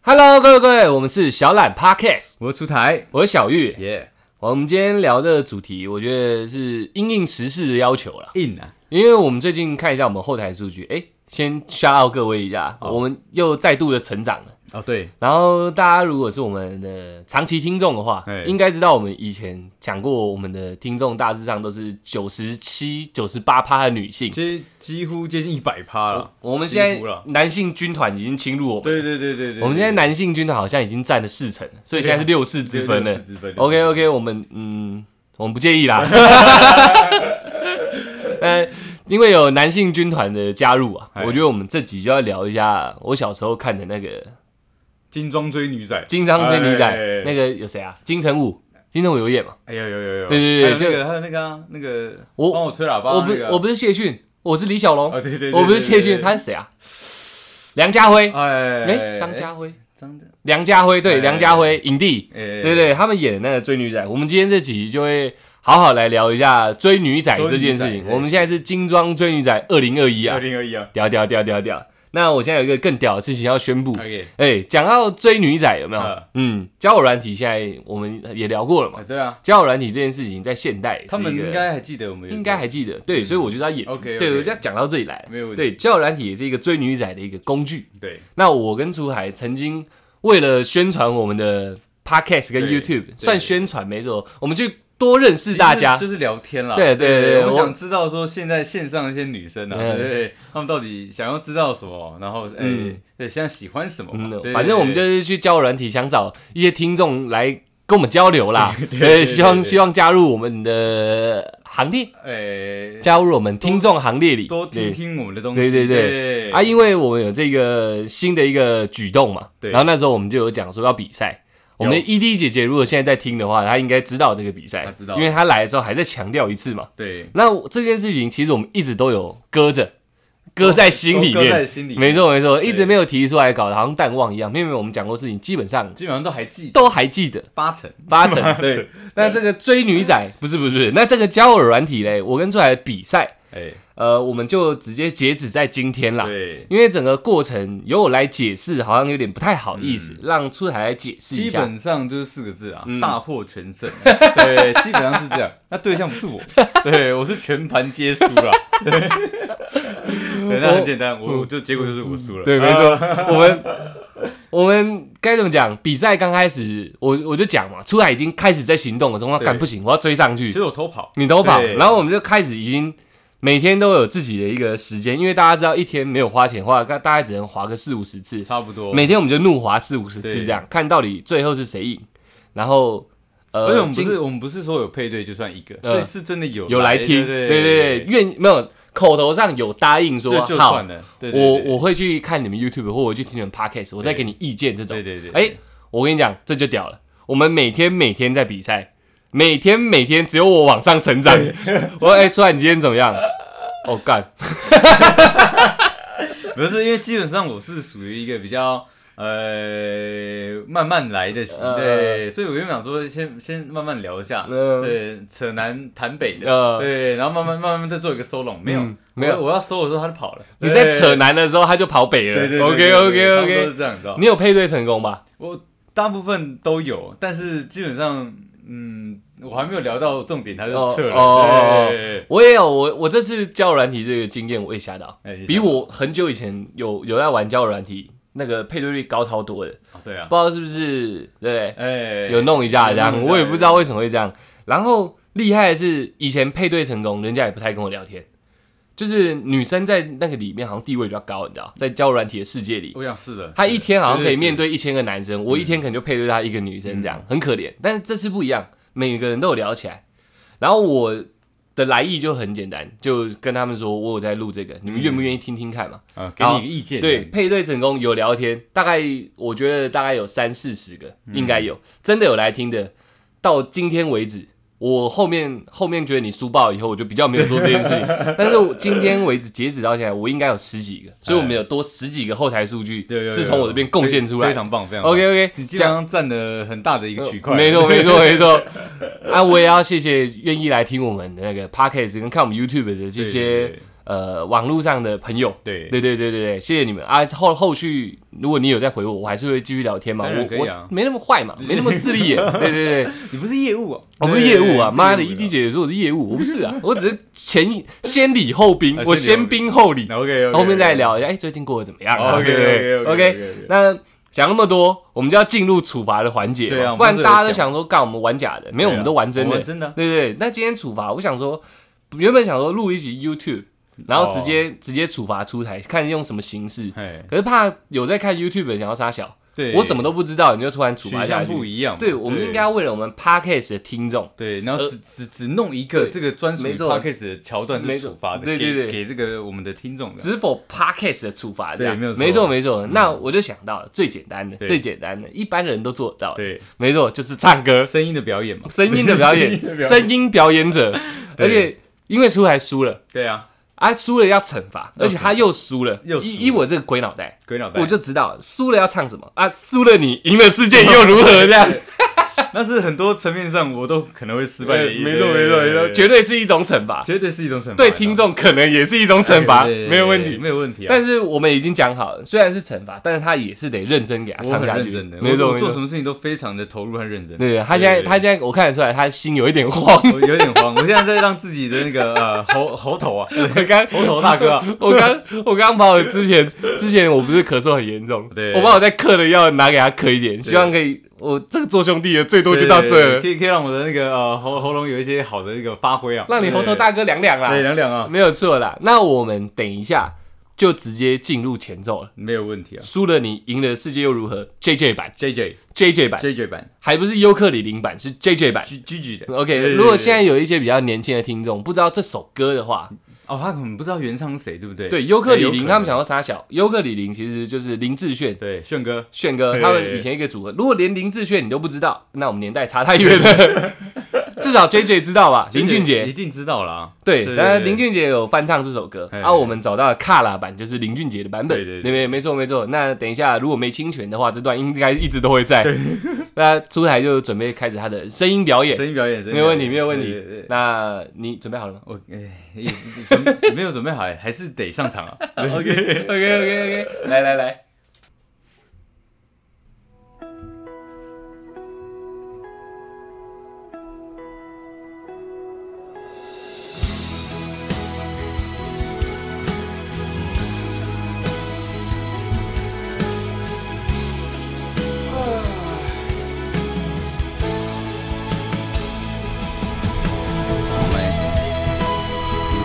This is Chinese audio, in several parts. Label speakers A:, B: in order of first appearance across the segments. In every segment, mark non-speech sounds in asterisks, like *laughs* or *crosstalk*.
A: Hello，各位各位，我们是小懒 Podcast，
B: 我出台，
A: 我是小玉。
B: 耶、
A: 我们今天聊的主题，我觉得是因应时事的要求啦。
B: 硬啊！
A: 因为我们最近看一下我们后台数据，哎、先 shout out 各位一下，我们又再度的成长了。
B: 哦，对，
A: 然后大家如果是我们的长期听众的话
B: 哎，
A: 应该知道我们以前讲过，我们的听众大致上都是九十七、九十八趴的女性。
B: 其实几乎接近一百趴了。
A: 我们现
B: 几乎
A: 在
B: 了
A: 男性军团已经侵入我们，
B: 对对对对对，
A: 我们现在男性军团好像已经占了四成，所以现在是六四之分了
B: 六四之分。
A: OK OK，我们嗯，我们不介意
B: *laughs*
A: 啦。呃，因为有男性军团的加入啊，
B: 哎
A: 我觉得我们这集就要聊一下我小时候看的那个
B: 金装追女仔，
A: 金章追女
B: 哎哎
A: 仔
B: 哎，
A: 那个有谁啊？金城武，金城武有演嘛？
B: 哎呦有有有，
A: 对对对
B: 还有那
A: 就
B: 个还有那个啊那个，
A: 我
B: 帮我吹喇叭
A: 我不
B: 那个啊，
A: 我不是谢逊，我是李小龙，
B: 啊对对对对
A: 我不是谢逊，
B: 对对对
A: 他是谁啊？梁家辉，
B: 哎
A: 哎，张家辉，
B: 张家，
A: 梁家辉
B: 哎
A: 对，
B: 哎
A: 梁家辉影帝。
B: 哎
A: 对对，他们演的那个追女仔，我们今天这集就会好好来聊一下追女仔这件事
B: 追女
A: 情。
B: 仔
A: 我们现在是精装追女仔二零二一
B: 二
A: 啊，
B: 零二一啊
A: 屌屌屌屌屌！那我现在有一个更屌的事情要宣布。
B: ，OK，
A: 哎，讲到追女仔有没有
B: 嗯？
A: 嗯，交友软体现在我们也聊过了嘛
B: 啊。对啊，
A: 交友软体这件事情在现代，
B: 他们应该还记得我们有，
A: 应该还记得，对，所以我就要演。
B: OK，
A: 对，我就要讲到这里来了。
B: 没有问题
A: 对，交友软体也是一个追女仔的一个工具。
B: 对，
A: 那我跟楚海曾经为了宣传我们的 podcast 跟
B: 对
A: YouTube，
B: 对
A: 算宣传没错，我们去多认识大家
B: 就。是聊天啦，
A: 对对对对
B: 我
A: 我
B: 想知道说现在线上一些女生啊，
A: 嗯
B: 对对对，她们到底想要知道什么，然后哎
A: 嗯，
B: 对，现在喜欢什么嘛，对
A: 嗯，
B: 对
A: 反正我们就
B: 对
A: 是去交友软体，想找一些听众来跟我们交流啦。
B: *laughs* 对对
A: 呃希望
B: 对对
A: 希望加入我们的行列，
B: 哎，
A: 加入我们听众行列里。
B: 多听听我们的东西。
A: 对对对对啊，
B: 啊，
A: 因为我们有这个新的一个举动嘛，
B: 对
A: 然后那时候我们就有讲说要比赛。我们的
B: 有
A: ED 姐姐如果现在在听的话，她应该知道这个比赛，
B: 她知道
A: 因为她来的时候还在强调一次嘛。
B: 对，
A: 那我这件事情其实我们一直都有搁着，搁在心里
B: 哦都搁在
A: 面。
B: 心里面，
A: 没错没错，一直没有提出来，搞得好像淡忘一样。没有没有，我们讲过事情，基本上
B: 基本上都还记得
A: 都还记得
B: 八成。
A: 八
B: *laughs*
A: 成。对，那这个追女仔不是不是，那这个交友软体嘞，我跟出来的比赛，
B: 哎，
A: 呃，我们就直接截止在今天啦。
B: 对，
A: 因为整个过程由我来解释，好像有点不太好意
B: 嗯
A: 思，让出海来解释一
B: 基
A: 下。
B: 本上就是四个字啊
A: 嗯，
B: 大获全胜。啊对，基本上是这样。那对象不是我，对我是全盘皆输了。 *laughs* 对，对那很简单，我我就结果就是我输
A: 嗯
B: 了。
A: 对，没
B: 啊
A: 错，我们我们该怎么讲？比赛刚开始，我我就讲嘛，出来已经开始在行动了，说哇
B: 对
A: 干不行，我要追上
B: 其
A: 去，
B: 实我偷跑，
A: 你都跑，
B: 对
A: 然后我们就开始已经每天都有自己的一个时间，因为大家知道一天没有花钱花，大大概只能划个四五十次，
B: 差不多。
A: 每天我们就怒划四五十次
B: 对
A: 这样，看到底最后是谁赢，然后呃，
B: 而且我们不
A: 经
B: 是我们不是说有配对就算一个，
A: 呃
B: 是是真的有
A: 有来听，
B: 对
A: 对对，愿没有口头上有答应
B: 就
A: 说
B: 就
A: 好
B: 算，了。对对
A: 我
B: 对
A: 我会去看你们 YouTube 或我去听你们 Podcast，我再给你意见这种。
B: 对对对，
A: 哎、我跟你讲，这就屌了。我们每天每天在比赛，每天每天只有我往上成长。 *laughs* 我哎，出来你今天怎么样？哦干，
B: 不是，因为基本上我是属于一个比较呃慢慢来的型，
A: 呃
B: 对，所以我就想说先先慢慢聊一下，
A: 呃
B: 对，扯南谈北的，
A: 呃
B: 对，然后慢慢慢慢再做一个收拢，没有、
A: 嗯没有
B: 我我要收的时候他就跑了，
A: 你
B: 对
A: 在扯，南的时候他就跑北了。
B: 对对
A: OK OK
B: 差不多
A: OK，
B: 是这样子哦，
A: 你有配对成功吧？
B: 我大部分都有，但是基本上嗯，我还没有聊到重点，他就撤了，
A: 哦哦
B: 对对对
A: 我也有，我我这次交友软体这个经验我也吓到，
B: 哎你
A: 比
B: 想
A: 我很久以前有有在玩交友软体，那个配对率高超多的，
B: 哦对啊
A: 不，知道是不是对不对？
B: 哎，
A: 有弄一下这样，
B: 有弄一下
A: 我也不知道为什么会这样。然后厉害的是，以前配对成功，人家也不太跟我聊天，就是女生在那个里面好像地位比较高，你知道，在交友软体的世界里，
B: 我想是的，
A: 她一天好像可以
B: 绝对是
A: 面对一千个男生，我一
B: 嗯
A: 天可能就配对她一个女生这样，很可怜。但是这次不一样，每个人都有聊起来。然后我的来意就很简单，就跟他们说我有在录这个，你们愿不愿意听听看嘛？
B: 啊，给你一个意见，
A: 对，，配对成功有聊天，大概我觉得大概有三四十个，
B: 嗯
A: 应该有、真的有来听的。到今天为止，我后面后面觉得你输爆以后，我就比较没有做这件
B: *laughs*
A: 事情。但是我今天为止截止到现在，我应该有十几
B: 哎
A: 个，所以我们有多十几个后台数据
B: 有有有
A: 是从我这边贡献出来
B: 非。常棒，非常棒
A: OK OK，
B: 你基本上占了很大的一个区块，
A: 没错，没错，没错。 *laughs* 啊，我也要谢谢愿意来听我们的那个 podcast 跟看我们 YouTube 的这
B: *laughs* 对
A: 些
B: 对对
A: 呃网络上的朋友。
B: 对，
A: 对对对对对，谢谢你们啊！后后续如果你有再回我，我还是会继续聊天嘛。
B: 当然可
A: 我
B: 以啊
A: 我没那么坏嘛，没那么势利眼。对对对，
B: 你不是业务啊，
A: 我不是业务啊！妈的，
B: 一
A: 一弟姐也说我是业务，我不是啊，我只是前先礼后兵
B: 啊，
A: 我
B: 先礼后
A: 先兵后礼，
B: ，OK，
A: 后面再。聊一下。哎，最近过得怎么样啊
B: OK
A: *laughs* 对对
B: OK
A: 对 OK。那
B: 啊
A: 讲那么多，我们就要进入处罚的环节嘛，
B: 对啊我们
A: 不然
B: 这个
A: 大家都
B: 讲
A: 想说，干我们玩假的，没有，我们都玩真的，
B: 真的。
A: 对对对，那今天处罚，我想说，原本想说录一集 YouTube，然后直
B: 哦
A: 接、直接处罚出台，看用什么形式。
B: 哎，
A: 可是怕有在看 YouTube 的想要杀小，
B: 对，
A: 我什么都不知道，你就突然处
B: 取
A: 罚下
B: 向不
A: 去。
B: 一样嘛。
A: 对，我们应该要为了我们 Podcast 的听众，
B: 对，然后
A: 呃
B: 只只只弄一个
A: 对
B: 这个专属于
A: 没错
B: podcast 的桥段
A: 没
B: 是
A: 错
B: 处罚的，
A: 对
B: 给
A: 对对
B: 给这个我们的听众的。
A: 只否 Podcast 的处罚，这样
B: 对没有错嗯
A: 没错没错。那我就想到了最简单的，
B: 对
A: 最简单的，一般人都做得到的，
B: 对，
A: 没错，就是唱歌。
B: 声音的表演嘛。
A: 声音的表演
B: *laughs* 声音的，表演
A: 声音表演者，
B: 对
A: 而且因为出台输了，
B: 对啊，
A: 啊输了要惩罚，而且他又输了，
B: 又输了
A: 依依我这个鬼脑袋，
B: 鬼脑袋，
A: 我就知道输了要唱什么啊，输了你赢了世界又如何这样？
B: 那是很多层面上我都可能会失败的
A: 对
B: 一。
A: 没错没错没错，绝
B: 绝
A: 对是一种惩罚，
B: 绝对是一种惩罚。
A: 对听众可能也是一种惩罚，
B: 对对对
A: 没有问
B: 对
A: 题。
B: 没有问题啊。
A: 但是我们已经讲好了，虽然是惩罚，但是他也是得认真给他
B: 我
A: 唱
B: 很
A: 下
B: 认
A: 去
B: 真的，，
A: 没
B: 我
A: 错
B: 我
A: 没
B: 做
A: 错
B: 什。么事情都非常的投入和认真。
A: 对，他现在
B: 对对
A: 他现在我看得出来，他心有一点慌。
B: 我有点慌，我现在在让自己的那个呃喉喉头啊，
A: 我刚
B: 喉头大哥啊，
A: *laughs* 我刚我刚把我之前之前我不是咳嗽很严重，
B: 对
A: 我把我在咳的药拿给他咳一点，希望可以。我这个做兄弟的最多就到
B: 对
A: 这
B: 对对
A: 了，
B: 可以可以让我的那个呃喉喉咙有一些好的那个发挥啊，
A: 让你
B: 对
A: 喉头大哥凉凉
B: 对
A: 啦，
B: 凉凉啊，
A: 没有错啦。那我们等一下就直接进入前奏了，
B: 没有问题啊。
A: 输了你赢了世界又如何？JJ 版
B: J J
A: ，JJ 版
B: J J 版
A: 还不是尤克里林版，是 JJ 版。
B: G G G 的
A: OK，
B: 对
A: 如果现在
B: 对
A: 有一些比较年轻的听众不知道这首歌的话，
B: 哦，他可能不知道原唱是谁，对不对？
A: 对尤克里
B: 有可
A: 林
B: 能
A: 他们想要杀小，尤克里林其实就是林志炫
B: 对炫哥，
A: 炫哥
B: 对
A: 他们以前一个组合，如果连林志炫你都不知道，那我们年代差太远
B: *laughs*
A: 了。至少 J J 知道吧？林俊
B: 一
A: 杰
B: 定知道啦。
A: 对，
B: 对
A: 当然
B: 对
A: 林俊杰有翻唱这首歌，
B: 嘿
A: 啊，我们找到了卡拉版，就是林俊杰的版本，
B: 对对对
A: 不对？没错没错。那等一下如果没侵权的话，这段应该一直都会在。 *laughs* 那出台就准备开始他的声音表演，
B: 声音表演，声音
A: 没有问题没有
B: 表
A: 问
B: 演
A: 题
B: 对对对。
A: 那你准备好了
B: *laughs*
A: 吗
B: 我哎，也准 *laughs* 没有准备好，哎还是得上场啊。
A: *laughs* ？OK OK OK，来来来，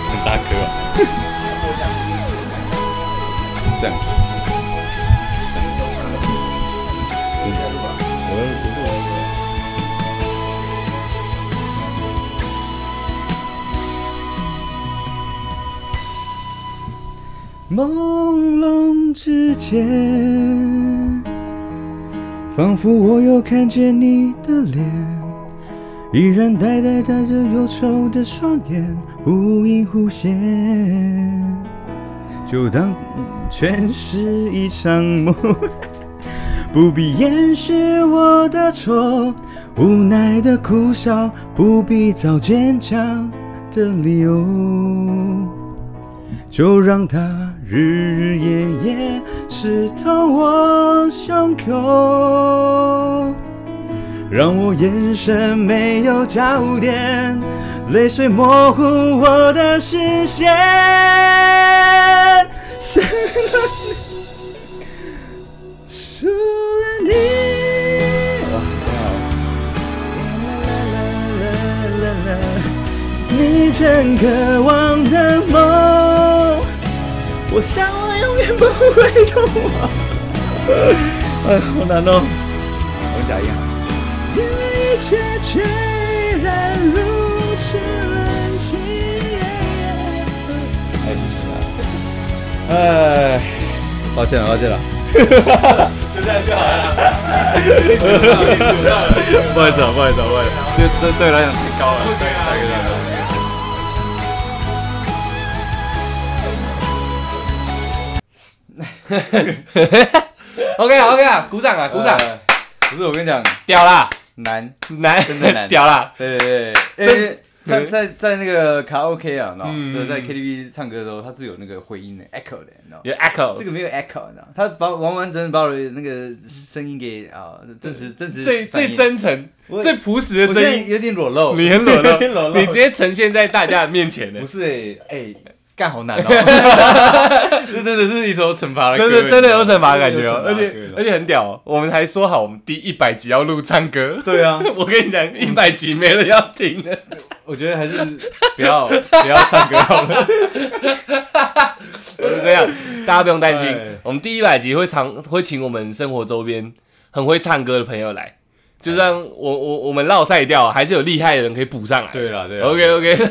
B: 很大哥啊。这样。
C: 朦胧之间，仿佛我又看见你的脸，依然呆呆呆着忧愁的双眼，忽隐忽现。就当全是一场梦， *laughs* 不必掩饰我的错，无奈的苦笑，不必找坚强的理由。就让它日日夜夜刺痛我胸口，让我眼神没有焦点，泪水模糊我的视线。失了你，输了你。啦啦啦啦啦啦你曾渴望的梦，我想我永远不会懂我。哎，好难哦。我讲一下。一切却然如此冷清。哎，不行了。哎，抱歉了，抱歉了。
B: 不好意思啊，不好意思啊，不好意思啊，
C: 对对对，来讲。
B: 太高了，太高了。
A: OK 啊 OK 啊，鼓掌啊鼓掌，
B: 呃不是我跟你讲，
A: 屌啦，
B: 难，
A: 难
B: 真的难
A: *laughs* 屌啦，
B: 对对对，哎
A: 真
B: 真在在在那个卡拉 OK 啊，你知道
A: 嗯
B: 吗？对，在 KTV 唱歌的时候，它是有那个回音的 echo 的，你知道吗？
A: 有 echo，
B: 这个没有 echo，你知道吗？它把完完整整把我的那个声音给啊，真实真实
A: 最
B: 反
A: 最
B: 映，
A: 真诚、
B: 我
A: 最朴实的
B: 我现在
A: 声音，
B: 有点裸露，
A: 你很裸
B: *laughs* 有点裸
A: 露，
B: 露
A: 你直接呈现在大家的面前
B: 不
A: 了。
B: 是哎哎，干好难哦， *laughs* 这真的是一首惩罚的
A: *laughs*
B: 歌，
A: 真的真的有惩罚的感
B: 真的
A: 觉
B: 有
A: 哦，而
B: 惩罚的
A: 且
B: 歌
A: 而且很屌哦、我们还说好，我们第一百集要录唱歌。 *laughs*
B: 对 *laughs* 啊，
A: 我跟你讲，一百集没人要听
B: *laughs*
A: 的。
B: 我觉得还是不要不要唱歌好了， *laughs*
A: 我就这样，大家不用担心
B: 哎，
A: 我们第一百集会常会请我们生活周边很会唱歌的朋友来，就
B: 哎
A: 算我我我们落赛掉，还是有厉害的人可以补上来。
B: 对啦对啦
A: OK OK，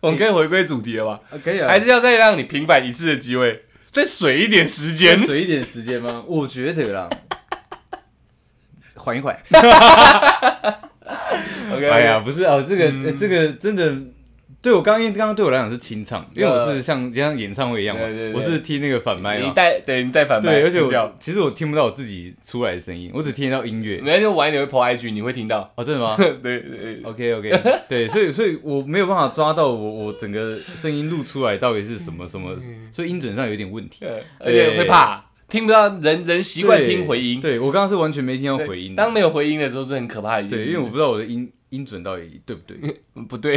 A: 我们 *laughs* 可以回归主题了吧？
B: 啊可 *laughs* 以啊，
A: 还是要再让你平反一次的机会，再水一点时
B: 再 *laughs*
A: 间。
B: 水一点时间吗？我觉得啦，缓一缓。
A: OK，
B: 哎呀，不是哦，这个、
A: 嗯
B: 呃这个真的，对我刚刚因为刚刚对我来讲是清唱，因为我
A: 呃
B: 是像像演唱会一样嘛，
A: 对对对
B: 我是听那个反麦
A: 你
B: 嘛。
A: 带对你带反麦，
B: 对，而且
A: 低调
B: 我其实我听不到我自己出来的声音，我只听得到音乐。
A: 没关系，我晚一点会 PO IG，你会听到。 *laughs*
B: 哦，真的吗
A: 对对对，
B: ？OK OK，对， *laughs* 所以所以我没有办法抓到我我整个声音录出来到底是什么什么，所以音准上有点问题。
A: 呃而且会怕听不到人人习惯听回音，
B: 对对我刚刚是完全没听到
A: 对
B: 回音的。
A: 当没有回音的时候是很可怕的一件事。
B: 对，因为我不知道我的音音准到底对不对。
A: *laughs* 嗯不对，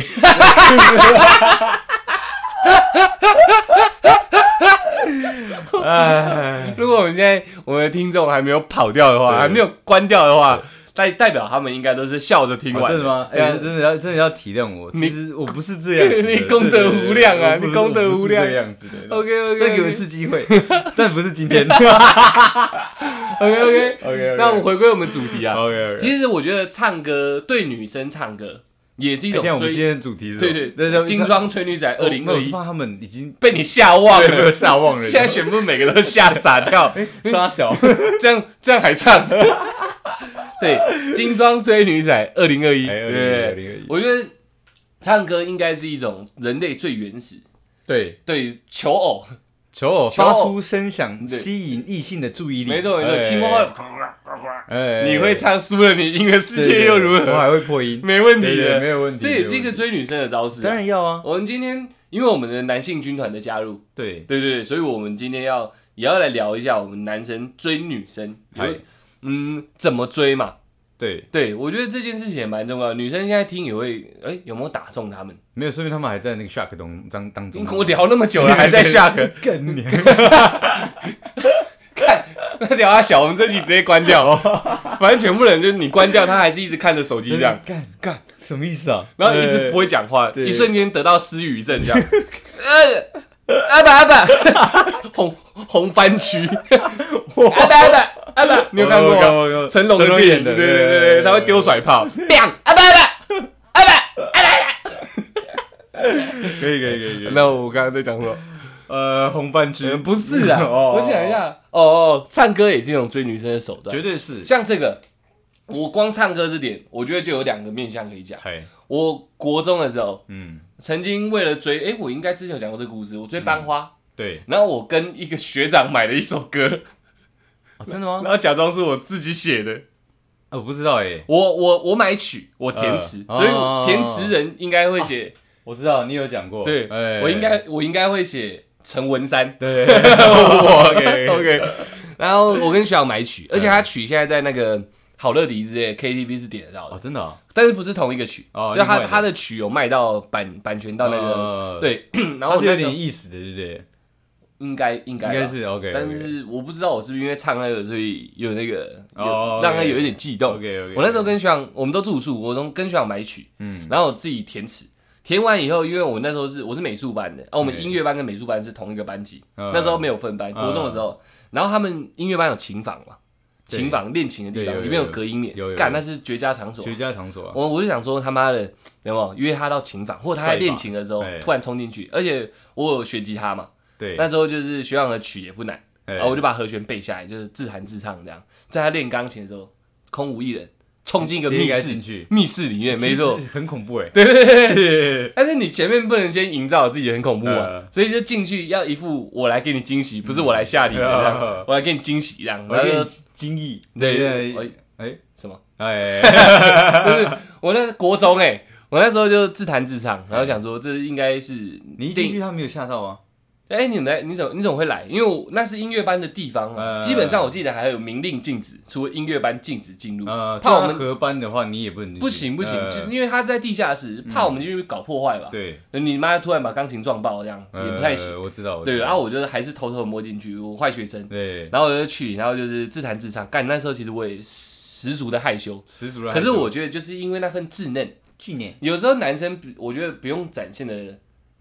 B: 哎，
A: 如果我们现在我们的听众还没有跑掉的话，
B: 对
A: 还没有关掉的话，代代表他们应该都是笑着听
B: 哦
A: 完
B: 真的吗？哎、
A: 对啊
B: 真的要真的要体谅我，
A: 你
B: 其实我不是这样子
A: *laughs*
B: 的，
A: 你功德无量啊
B: 对对对我不是
A: 你功德
B: 我不
A: 无
B: 是
A: 量
B: 这样子的。
A: OK OK，
B: 再给我一次
A: *laughs*
B: 机会，但不是今天。 *laughs*
A: OK OK。
B: OK，
A: 那我们回归我们主题啊，
B: OK OK。
A: 其实我觉得唱歌对女生唱歌也是一种
B: 哎今天我们今
A: 追，
B: 天的主题是什么
A: 对
B: 这叫
A: 对，金装吹女仔二零
B: 没
A: 二
B: 有我是
A: 一
B: 怕他们已经
A: 被你吓忘
B: *laughs* 对被
A: 了，
B: 我吓忘了哎
A: 现在全部每个都吓傻
B: *laughs*
A: 掉，
B: 刷小。
A: 这样这样还唱？ *laughs* 对，金装追女仔二零二一，对
B: 哎，二
A: 不
B: 零
A: 对，
B: 二零
A: 我觉得唱歌应该是一种人类最原始
B: 对，
A: 对求偶，
B: 求偶
A: 求偶
B: 发出声响，
A: 对
B: 吸引异性的注意力。
A: 没错没错，
B: 哎
A: 青蛙会，
B: 哎，
A: 你会唱输了你音乐世
B: 对，
A: 界又如
B: 对对我
A: 何？
B: 还会破音，
A: 没问
B: 对
A: 题
B: 对，没
A: 的，
B: 有问题。
A: 这也是
B: 没
A: 一
B: 有
A: 个
B: 问题，
A: 追女生的招式啊。
B: 当然要啊，
A: 我们今天因为我们的男性军团的加入，
B: 对，
A: 对对对，所以我们今天要也要来聊一下我们男生追女生，
B: 嗨
A: 有嗯怎么追嘛？
B: 对，
A: 对我觉得这件事情也蛮重要的，女生现在听也会哎有没有打中他们？
B: 没有，说明他们还在那个 shark 当当当中啊
A: 你。跟我聊那么久了还在下课，
B: *laughs* 更
A: *laughs*
B: 娘，
A: 看那聊他小，我们这集直接关掉，反正全部人就是你关掉，他还是一直看着手机这样，
B: 干干什么意思啊？
A: 然后一直不会讲话，
B: 对
A: 一瞬间得到失语症 *laughs* 这样，呃阿爸阿爸， *laughs* 红红番区，阿爸阿爸阿爸，你有看过
B: 我
A: 吗？
B: 我我
A: 成龙的
B: 成龙
A: 电
B: 演
A: 影，
B: 的
A: 对对对对对，他会丢甩炮，bang 阿爸阿爸阿爸阿爸，
B: 可以可以可以可以。
A: 那我刚刚在讲什么？
B: 呃，红番区
A: 呃不是 *laughs* 啊，
B: *laughs* 哦
A: 我想一下，哦哦，唱歌也是一种追女生的手段
B: 绝，对是。
A: 像这个，我光唱歌这点，我觉得就有两个面向可以讲。
B: 嗨，
A: 我国中的时候，
B: 嗯，
A: 曾经为了追，诶，我应该之前有讲过这个故事，我追班花，
B: 对，
A: 然后我跟一个学长买了一首歌，
B: 哦真的
A: 然
B: 吗？
A: 后假装是我自己写的，
B: 啊我不知道哎，
A: 我我我买曲，我填词，
B: 呃
A: 所以
B: 哦
A: 我填词人应该会写，
B: 我知道你有讲过，
A: 对
B: 哎，
A: 我应该我应该会写陈文山 *laughs*
B: *laughs* 对，我
A: OK，然后我跟学长买曲，而且他曲现在在那个好乐迪之类的 KTV 是点得到的
B: 哦，，真的啊，
A: 但是不是同一个曲，
B: 哦
A: 就他
B: 另外的
A: 他的曲有卖到版版权到那个、
B: 呃，
A: 对， *coughs* 然后
B: 它
A: 我
B: 是有
A: 那时候
B: 点意思的，对不对？
A: 应该应该
B: 应该
A: 吧
B: 是 OK，
A: 但是我不知道我是不是因为唱那个，所以有那个有
B: 哦
A: 让他
B: OK
A: 有一点悸动。
B: OK OK，
A: 我那时候跟学长，我们都住宿，我从跟学长买曲，
B: 嗯
A: 然后我自己填词。填完以后，因为我那时候是我是美术班的，啊，我们
B: OK
A: 音乐班跟美术班是同一个班级，
B: 嗯
A: 那时候没有分班，国中的时候，然后他们音乐班有琴房嘛，
B: 对
A: 琴房练琴的地
B: 对有
A: 方，
B: 有
A: 里面有
B: 有
A: 隔音棉
B: 有有，有
A: 干那是绝佳场所啊，
B: 绝佳场所啊，
A: 我我就想说他妈的，有没有约他到琴房，或者他在练琴的时候
B: 帅吧哎
A: 突然冲进去，而且我有学吉他嘛，
B: 对，
A: 那时候就是学长的曲也不难，
B: 哎
A: 然后我就把和弦背下来，就是自弹自唱这样。在他练钢琴的时候，空无一人，冲进一个
B: 直接
A: 密
B: 给他
A: 室
B: 进，去
A: 密室里面没错
B: 其。实很恐怖哎，
A: *laughs* 对对对对，
B: 对，
A: 但是你前面不能先营造自己很恐怖啊，
B: 嗯
A: 所以就进去要一副我来给你惊喜，不是我来吓你的这样
B: 嗯，
A: 我来给你惊喜这样。
B: 我
A: 然后
B: 要给你
A: 就
B: 惊异，
A: 对
B: 对，
A: 我
B: 哎
A: 什么？ *laughs*
B: 哎，
A: 就是我那是国中哎、我那时候就自弹自唱，然后想说这应该是
B: 哎你一进去，他没有吓到吗？
A: 哎、你们来，你怎么你怎么会来？因为我那是音乐班的地方嘛，
B: 呃
A: 基本上我记得还有明令禁止，除了音乐班禁止进入，
B: 呃，
A: 嗯怕我
B: 他
A: 们
B: 合班的话，你也不能进去
A: 不行不行，
B: 呃
A: 就因为他是在地下室，怕我们进去搞破坏吧。
B: 对，
A: 你妈突然把钢琴撞爆，这样也不太行。
B: 嗯呃。我知道，我
A: 对，
B: 知道
A: 然后我就还是偷偷摸进去，我坏学生，
B: 对，
A: 然后我就去，然后就是自弹自唱。干，那时候其实我也十足的害羞，
B: 十足了。
A: 可是我觉得就是因为那份稚嫩，
B: 去年
A: 有时候男生不我觉得不用展现的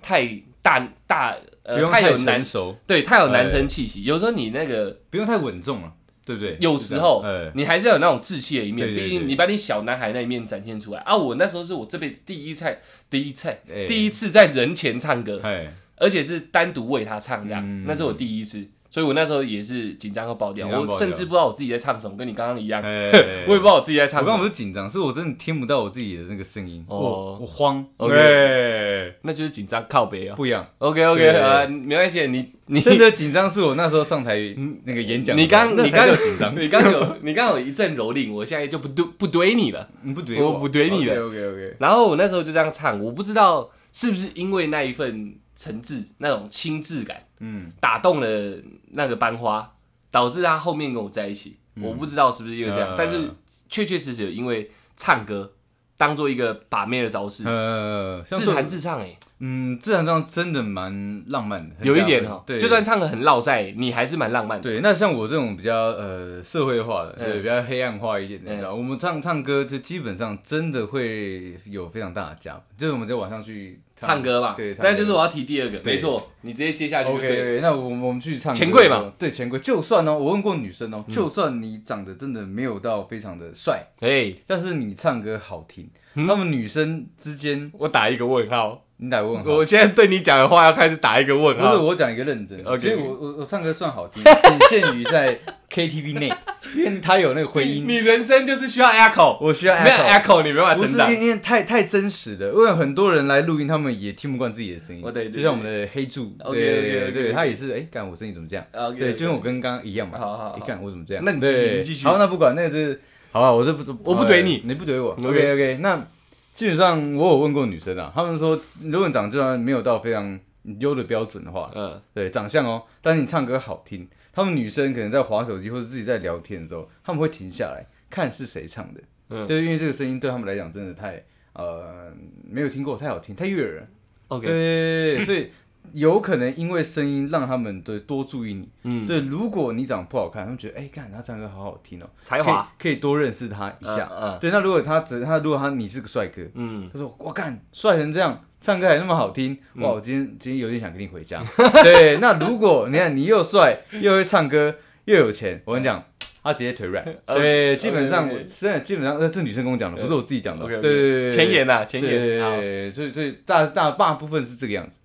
A: 太大大，
B: 不
A: 呃，
B: 用太
A: 有
B: 成
A: 男
B: 熟，
A: 对太有男
B: 哎
A: 生气息。有时候你那个
B: 不用太稳重了，对不对？
A: 有时候
B: 是这样哎，
A: 你还是要有那种稚气的一面，
B: 对对
A: 毕
B: 对
A: 竟你把你小男孩那一面展现出来啊。我那时候是我这辈子第一次第一次
B: 哎
A: 第一次在人前唱歌，
B: 哎，
A: 而且是单独为他唱这样，
B: 嗯
A: 那是我第一次，所以我那时候也是紧张到爆掉，
B: 紧张到
A: 我
B: 爆掉
A: 甚至不知道我自己在唱什么，跟你刚刚一样，
B: 哎
A: *laughs* 我也不知道我自己在唱
B: 我
A: 什
B: 刚不
A: 么，
B: 是紧张，是我真的听不到我自己的那个声音，
A: 哦
B: 我我慌，
A: OK
B: 对，
A: 那就是紧张靠背哦。
B: 不
A: *laughs*
B: 一样，
A: OK OK，
B: 对对对
A: 呃，没关系，你你
B: 真的紧张是我那时候上台那个演讲的
A: 你
B: 时候，
A: 刚
B: 那
A: 你
B: 才
A: 刚
B: 叫紧张，
A: *laughs* 你刚有你刚有一阵蹂躏，我现在就不对不怼你了。
B: 你不怼
A: 我不怼你了
B: OK OK，
A: 然后我那时候就这样唱，我不知道是不是因为那一份诚挚、那种亲挚感
B: 嗯，
A: 打动了那个班花，导致他后面跟我在一起。我不知道是不是因为这样，
B: 嗯呃
A: 但是确确实实有因为唱歌当做一个把妹的招式，
B: 呃，
A: 嗯
B: 像
A: 自
B: 这
A: 弹自唱、欸，
B: 嗯，自然这样真的蛮浪漫的，很
A: 有一
B: 加
A: 点
B: 分
A: 哈、
B: 对，
A: 就算唱的很绕塞，你还是蛮浪漫的。
B: 对，那像我这种比较呃社会化的，对，
A: 嗯
B: 比较黑暗化一点
A: 嗯
B: 的，你知道我们唱唱歌，这基本上真的会有非常大的加分，就是我们在晚上去
A: 唱歌嘛，
B: 对，唱
A: 但就是
B: 歌
A: 我要提第二个，
B: 对
A: 没错，你直接接下去就
B: OK，
A: 对了。
B: 对那我们我们去唱歌
A: 钱柜嘛，嗯
B: 对钱柜，就算哦，我问过女生哦，就算你长得真的没有到非常的帅，
A: 哎，
B: 但是你唱歌好听，
A: 嗯
B: 他们女生之间，
A: 我打一个问号，
B: 你打问号
A: 我现在对你讲的话要开始打一个问
B: 不是
A: 号。
B: 我讲一个认真的，
A: OK
B: 其实我我我唱歌算好听， *laughs* 仅限于在 KTV 内，因为它有那个回音。
A: 你人生就是需要 echo，
B: 我需要
A: 没有
B: echo
A: echo 你没办法
B: 不
A: 成
B: 是
A: 长。
B: 因为太太真实的，因为很多人来录音，他们也听不惯自己的声音。
A: 哦对对
B: 就像我们的黑柱，
A: OK，
B: 对
A: OK，OK，
B: 对
A: OK
B: 对，他也是，哎，干我声音怎么这样？
A: OK，
B: 对，
A: OK，
B: 就跟我跟刚刚一样嘛。
A: 好好好
B: 哎干我怎么这样？
A: 那你继续
B: 对
A: 你继续
B: 好，那不管，那个是，好吧，我这不，
A: 我不怼你
B: 呃你不怼我。
A: OK
B: OK OK，那基本上我有问过女生啊，她们说，如果你长得就算没有到非常优的标准的话，
A: 嗯，
B: 对长相哦，但是你唱歌好听，她们女生可能在划手机或者自己在聊天的时候，她们会停下来看是谁唱的，
A: 嗯
B: 对，因为这个声音对她们来讲真的太呃没有听过，太好听，太悦耳了
A: OK，
B: 对对，对所以有可能因为声音让他们对多注意你，
A: 嗯，
B: 对，如果你长得不好看，他们觉得哎，干、他唱歌好好听哦，
A: 才华
B: 可以可以多认识他一下，
A: 嗯嗯
B: 对，那如果他只他如果他你是个帅哥，
A: 嗯，
B: 他说：“我干，帅成这样，唱歌还那么好听，哇！我今天今天有点想跟你回家。”对，那如果你看你又帅又会唱歌又有钱，我跟你讲，他直接腿软。
A: OK，
B: 对，基本上
A: OK，OK
B: 我真的基本上呃是女生跟我讲的，不是我自己讲的。对
A: OK，OK
B: 对对，对
A: 前言呐，前
B: 对对
A: 言。好
B: 对，所以所以大大大部分是这个样子，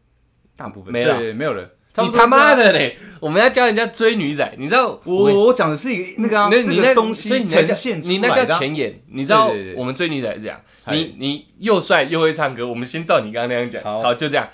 B: 大部分
A: 没了
B: 对没有了。
A: 你他妈
B: 的，
A: 的嘞！我们要教人家追女仔，你知道
B: 我我讲的是一个那个啊
A: 那
B: 这
A: 你
B: 个
A: 那
B: 东
A: 所以
B: 西
A: 你那
B: 呈
A: 叫
B: 现出
A: 你那
B: 来
A: 叫
B: 的啊。
A: 前言。你知道
B: 对对对
A: 我们追女仔是这样，
B: 嗨
A: 你你又帅又会唱歌，我们先照你刚刚那样讲，
B: 好
A: 好，就这样。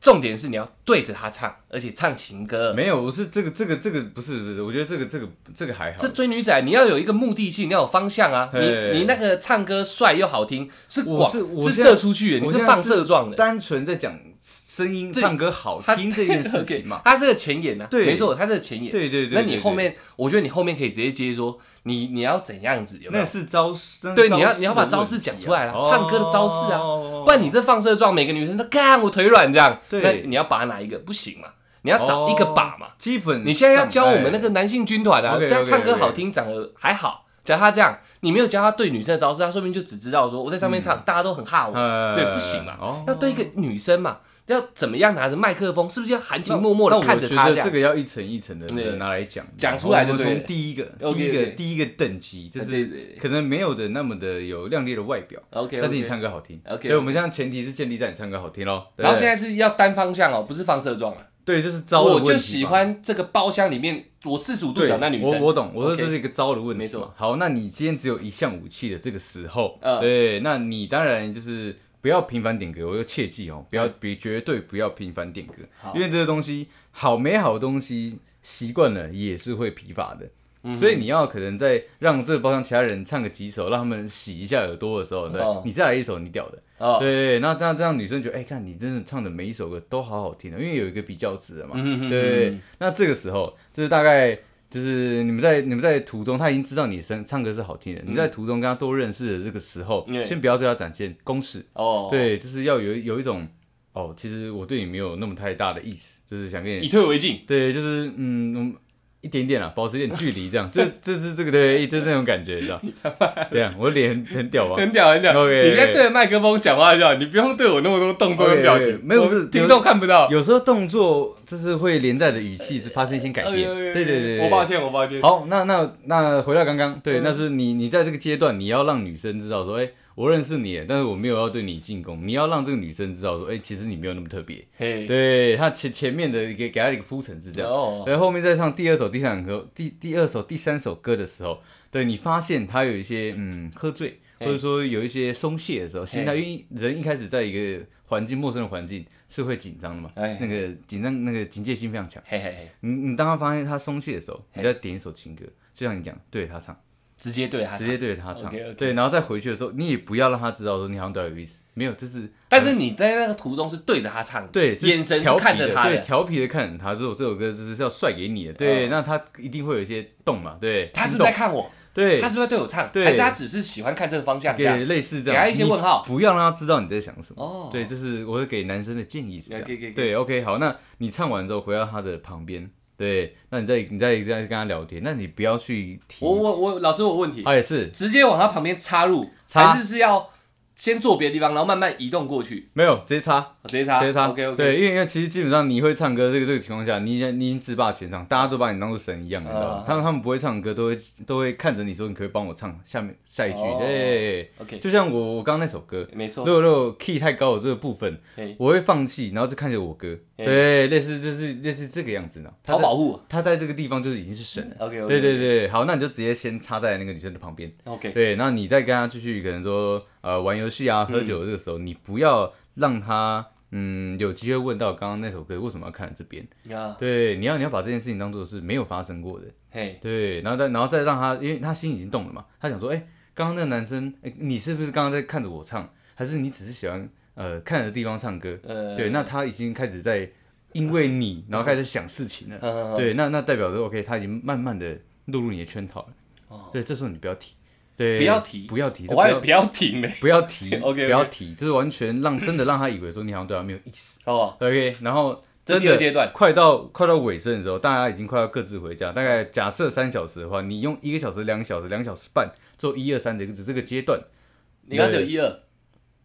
A: 重点是你要对着他唱，而且唱情歌。
B: 没有，我是这个这个这个不是不是，我觉得这个这个这个还好。
A: 这追女仔你要有一个目的性，你要有方向啊！
B: 嘿
A: 你你那个唱歌帅又好听，是
B: 我
A: 广
B: 是我
A: 是
B: 现
A: 射
B: 在
A: 出去的，你
B: 我
A: 是
B: 现在
A: 放射状的。
B: 单纯在讲声音、
A: 这
B: 唱歌好
A: 他
B: 听这件事情
A: *laughs* OK，
B: 嘛。
A: 他是个前言啊，
B: 对
A: 没错，他是个前言。
B: 对对对
A: 那你
B: 对
A: 后面，我觉得你后面可以直接接说，你你要怎样子，有没
B: 那
A: 有？
B: 是招式，那是
A: 对，你
B: 招
A: 要
B: 式
A: 你要把
B: 的
A: 招
B: 问
A: 式
B: 题
A: 讲
B: 啊
A: 出来了，
B: 哦
A: 唱歌的招式啊，不然你这放射状，每个女生都干我腿软这样，
B: 对
A: 那你要把哪一个？不行嘛，你要找一个把嘛。
B: 哦基本
A: 你现在要
B: 上
A: 教我们那
B: 哎
A: 个男性军团啊，
B: OK，OK，
A: 但唱歌
B: OK
A: 好听，长得还好。教他这样，你没有教他对女生的招式，他说不定就只知道说我在上面
B: 嗯
A: 唱，大家都很哈我，
B: 呃
A: 对，不行嘛，
B: 哦
A: 要对一个女生嘛，要怎么样拿着麦克风，是不是要含情脉脉
B: 那
A: 的
B: 我
A: 看着
B: 觉
A: 她
B: 得
A: 这样
B: 这？个要一层一层的
A: 对
B: 拿来讲，
A: 讲出来就
B: 我们
A: 对了
B: 从第一个
A: OK，
B: 第一个
A: OK
B: 第一个等级，就
A: 对对对
B: 是可能没有的那么的有亮丽的外表，
A: OK，
B: 但是你唱歌好听。
A: OK，OK
B: 所以我们现在前提是建立在你唱歌好听咯。对
A: 然后现在是要单方向哦，不是放射状啊。
B: 对就是招的
A: 我
B: 问题
A: 就
B: 嘛
A: 喜欢这个包厢里面我四十五度
B: 对，
A: 角那女生。
B: 我我懂，我说
A: OK
B: 这是一个招的问题。
A: 没错。
B: 好，那你今天只有一项武器的这个时候，
A: 嗯
B: 对，那你当然就是不要频繁点歌，我就切记哦，不要，别绝对不要频繁点歌
A: 哎好，
B: 因为这个东西好美好的东西习惯了也是会疲乏的。
A: 嗯
B: 所以你要可能在让这个包厢其他人唱个几首，让他们洗一下耳朵的时候，对，
A: 哦
B: 你再来一首你屌的，
A: 哦，
B: 对对，对那这样这样女生觉得，哎、看你真的唱的每一首歌都好好听的，因为有一个比较值的嘛。
A: 嗯哼哼
B: 对，那这个时候就是大概就是你们在你们在途中，他已经知道你声唱歌是好听的，你在途中跟他多认识的这个时候，
A: 嗯
B: 先不要对他展现攻势，
A: 哦，，
B: 对，就是要有有一种哦，其实我对你没有那么太大的意思，就是想跟
A: 以
B: 你
A: 退为进，
B: 对，就是嗯。嗯一点点啊，保持一点距离，这样，
A: *laughs*
B: 这这是这个对，这是那种感觉，你知道？对啊，我脸很
A: *laughs*
B: 很屌吧？
A: 很屌很屌。
B: OK，OK
A: 你应该对着麦克风讲话就好，你不用对我那么多动作跟表情
B: OK，OK，没有
A: 我
B: 是
A: 听众看不 *laughs* 到。
B: 有时候动作就是会连带的语气是发生一些改
A: *laughs*
B: 变。
A: 哎呦哎呦
B: 对对对，对
A: 我抱。歉，我抱歉。
B: 好，那那那回到刚刚，对，
A: 嗯
B: 那是你你在这个阶段，你要让女生知道说，哎、我认识你，但是我没有要对你进攻，你要让这个女生知道说，哎、其实你没有那么特别。
A: 嘿，
B: 对，她前前面的给给她一个铺陈是这样，
A: 哦，
B: 然后后面再唱第二首、第三首、第第二首、第三首歌的时候，对你发现他有一些嗯喝醉，或
A: 嘿
B: 者说有一些松懈的时候，心态
A: 嘿
B: 因为人一开始在一个环境陌生的环境是会紧张的嘛，
A: 哎
B: 那个紧张那个警戒心非常强。
A: 嘿嘿嘿，
B: 你你当他发现他松懈的时候，你再点一首情歌，就像你讲，对着他唱，
A: 直接对他
B: 直。接对着他唱，
A: 啊 OK，OK
B: 对，然后再回去的时候，你也不要让他知道说你好像对他有意思，没有，就是
A: 但是你在那个途中是对着他唱的，
B: 对，是
A: 眼神是
B: 调皮
A: 看着他
B: 对，
A: 的，
B: 调皮的看着他，说我这首歌就是要帅给你的，对，
A: 嗯
B: 那他一定会有一些动嘛，对，
A: 他是
B: 心
A: 不
B: 动
A: 是在看我？
B: 对，
A: 他是不是在对我唱？
B: 对
A: 还是他只是喜欢看这个方向？这样
B: 给类似这
A: 给
B: 样，
A: 他一些问号
B: 你不要让他知道你在想什么。
A: 哦呃
B: 对，这是我会给男生的建议是这样。
A: 给给给
B: 对，OK，好，那你唱完之后回到他的旁边，对，那你再你再这样跟他聊天，那你不要去提，啊
A: 我我我，老师我有问题，
B: 他也是
A: 直接往他旁边插入，
B: 插
A: 还是是要先坐别的地方，然后慢慢移动过去，
B: 没有直接插。
A: 直接插，
B: 直接插
A: OK OK，
B: 对，因为因为其实基本上你会唱歌，这个这个情况下，你已经你已经自霸全场，大家都把你当做神一样，你知道吗
A: 啊？
B: 他们他们不会唱歌，都会都会看着你说，你可不可以帮我唱下面下一句，
A: 哦
B: 对，
A: ，OK，
B: 就像我我刚刚那首歌，
A: 没错
B: 如，果如果 key 太高的这个部分
A: 嘿，
B: 我会放弃，然后就看着我哥，
A: 嘿
B: 对，类似就是类似这个样子呢。他
A: 好
B: 在
A: 保护
B: 他在这个地方就是已经是神了。
A: ，OK OK，
B: 对对对，好，那你就直接先插在那个女生的旁边，
A: ，OK，
B: 对，那你再跟她继续可能说呃玩游戏啊、喝酒的这个时候，你不要让她嗯有机会问到刚刚那首歌为什么要看这边，
A: 啊，
B: 对，你要你要把这件事情当做是没有发生过的，
A: 嘿，
B: 对，然后再然后再让他，因为他心已经动了嘛，他想说，哎、刚刚那个男生，哎、你是不是刚刚在看着我唱，还是你只是喜欢呃看着地方唱歌？
A: 呃，
B: 对，那他已经开始在因为你，然后开始想事情了。
A: 呃，
B: 对，那那代表着 OK，他已经慢慢的落入你的圈套了。
A: 哦
B: 对，这时候你不要提，对，
A: 不要提
B: 不要提，这
A: 我
B: 不
A: 还以为
B: 要
A: 不要停嘞，
B: 不要提
A: *laughs* OK，OK
B: 不要提，就是完全让真的让他以为说你好像对他没有意思。
A: 哦，
B: OK，然后
A: 这
B: 真
A: 第二
B: 的
A: 阶段
B: 快到快到尾声的时候，大家已经快要各自回家。大概假设三小时的话，你用一个小时、两个小时、两个小时半做一二三的这个阶段，
A: 你刚才只有一二，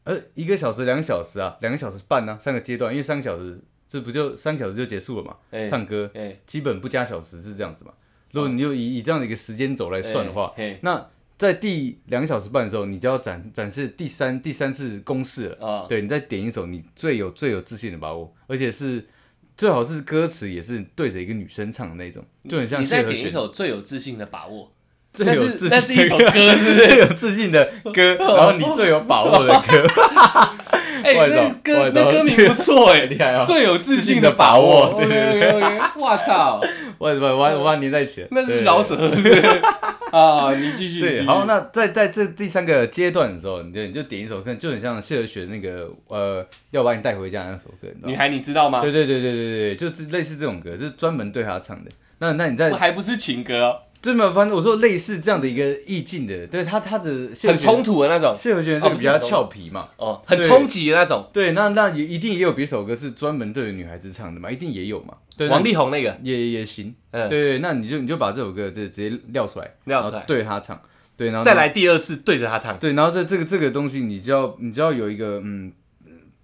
B: 呃，一个小时、两个小时啊，两个小时半呢、啊，三个阶段，因为三个小时这不就三个小时就结束了嘛？
A: 哎哦
B: 唱歌
A: 哎，
B: 基本不加小时是这样子嘛？如果你就以以这样的一个时间轴来算的话，
A: 嘿，
B: 那在第两个小时半的时候，你就要展展示第三第三次公式了。
A: 啊，
B: 对你再点一首你最有最有自信的把握，而且是最好是歌词也是对着一个女生唱的那种，就很像
A: 你再
B: 谢和
A: 点一
B: 弦
A: 首最有自信的把握，
B: 最
A: 那
B: 有
A: 是
B: 自信
A: 那是一首哦
B: 的
A: 歌，是不是？
B: 最有自信的
A: *laughs*
B: 歌，然后你最有把握的歌，
A: 哎，
B: 不好意思
A: 那
B: 哦不
A: 歌
B: 好意思哦
A: 那歌名
B: *laughs*
A: 不错哎，
B: 厉害哦
A: 最有自信的把握，
B: 自信的
A: OK，OK，OK，哇操，
B: 我我我我把它粘在一起了，
A: 那是
B: 对
A: 饶。舌啊！你继续，你继
B: 对，
A: 续
B: 好，那在在这第三个阶段的时候，你就你就点一首歌，就很像谢和弦那个呃，要把你带回家的那首歌，你知道
A: 女
B: 吗？
A: 孩你知道吗？
B: 对对对对对对，就是类似这种歌，就是专门对她唱的。那那你在
A: 我还不是情歌哦，
B: 对嘛？反正我说类似这样的一个意境的，对他他的谢和
A: 很
B: 弦
A: 冲哦突的那种
B: 谢和弦这个比较俏皮嘛。
A: 哦，很冲击的那种。
B: 对，那那也一定也有别首歌是专门对女孩子唱的嘛，一定也有嘛。对，
A: 王
B: 那
A: 力宏那个，
B: 也也行。对
A: 嗯，
B: 对，那你就你就把这首歌就直接撂出来，
A: 撂出来
B: 然后对他唱，对，然后
A: 再。来第二次对着他唱，
B: 对，然后这这个这个东西，你就要你就要有一个嗯，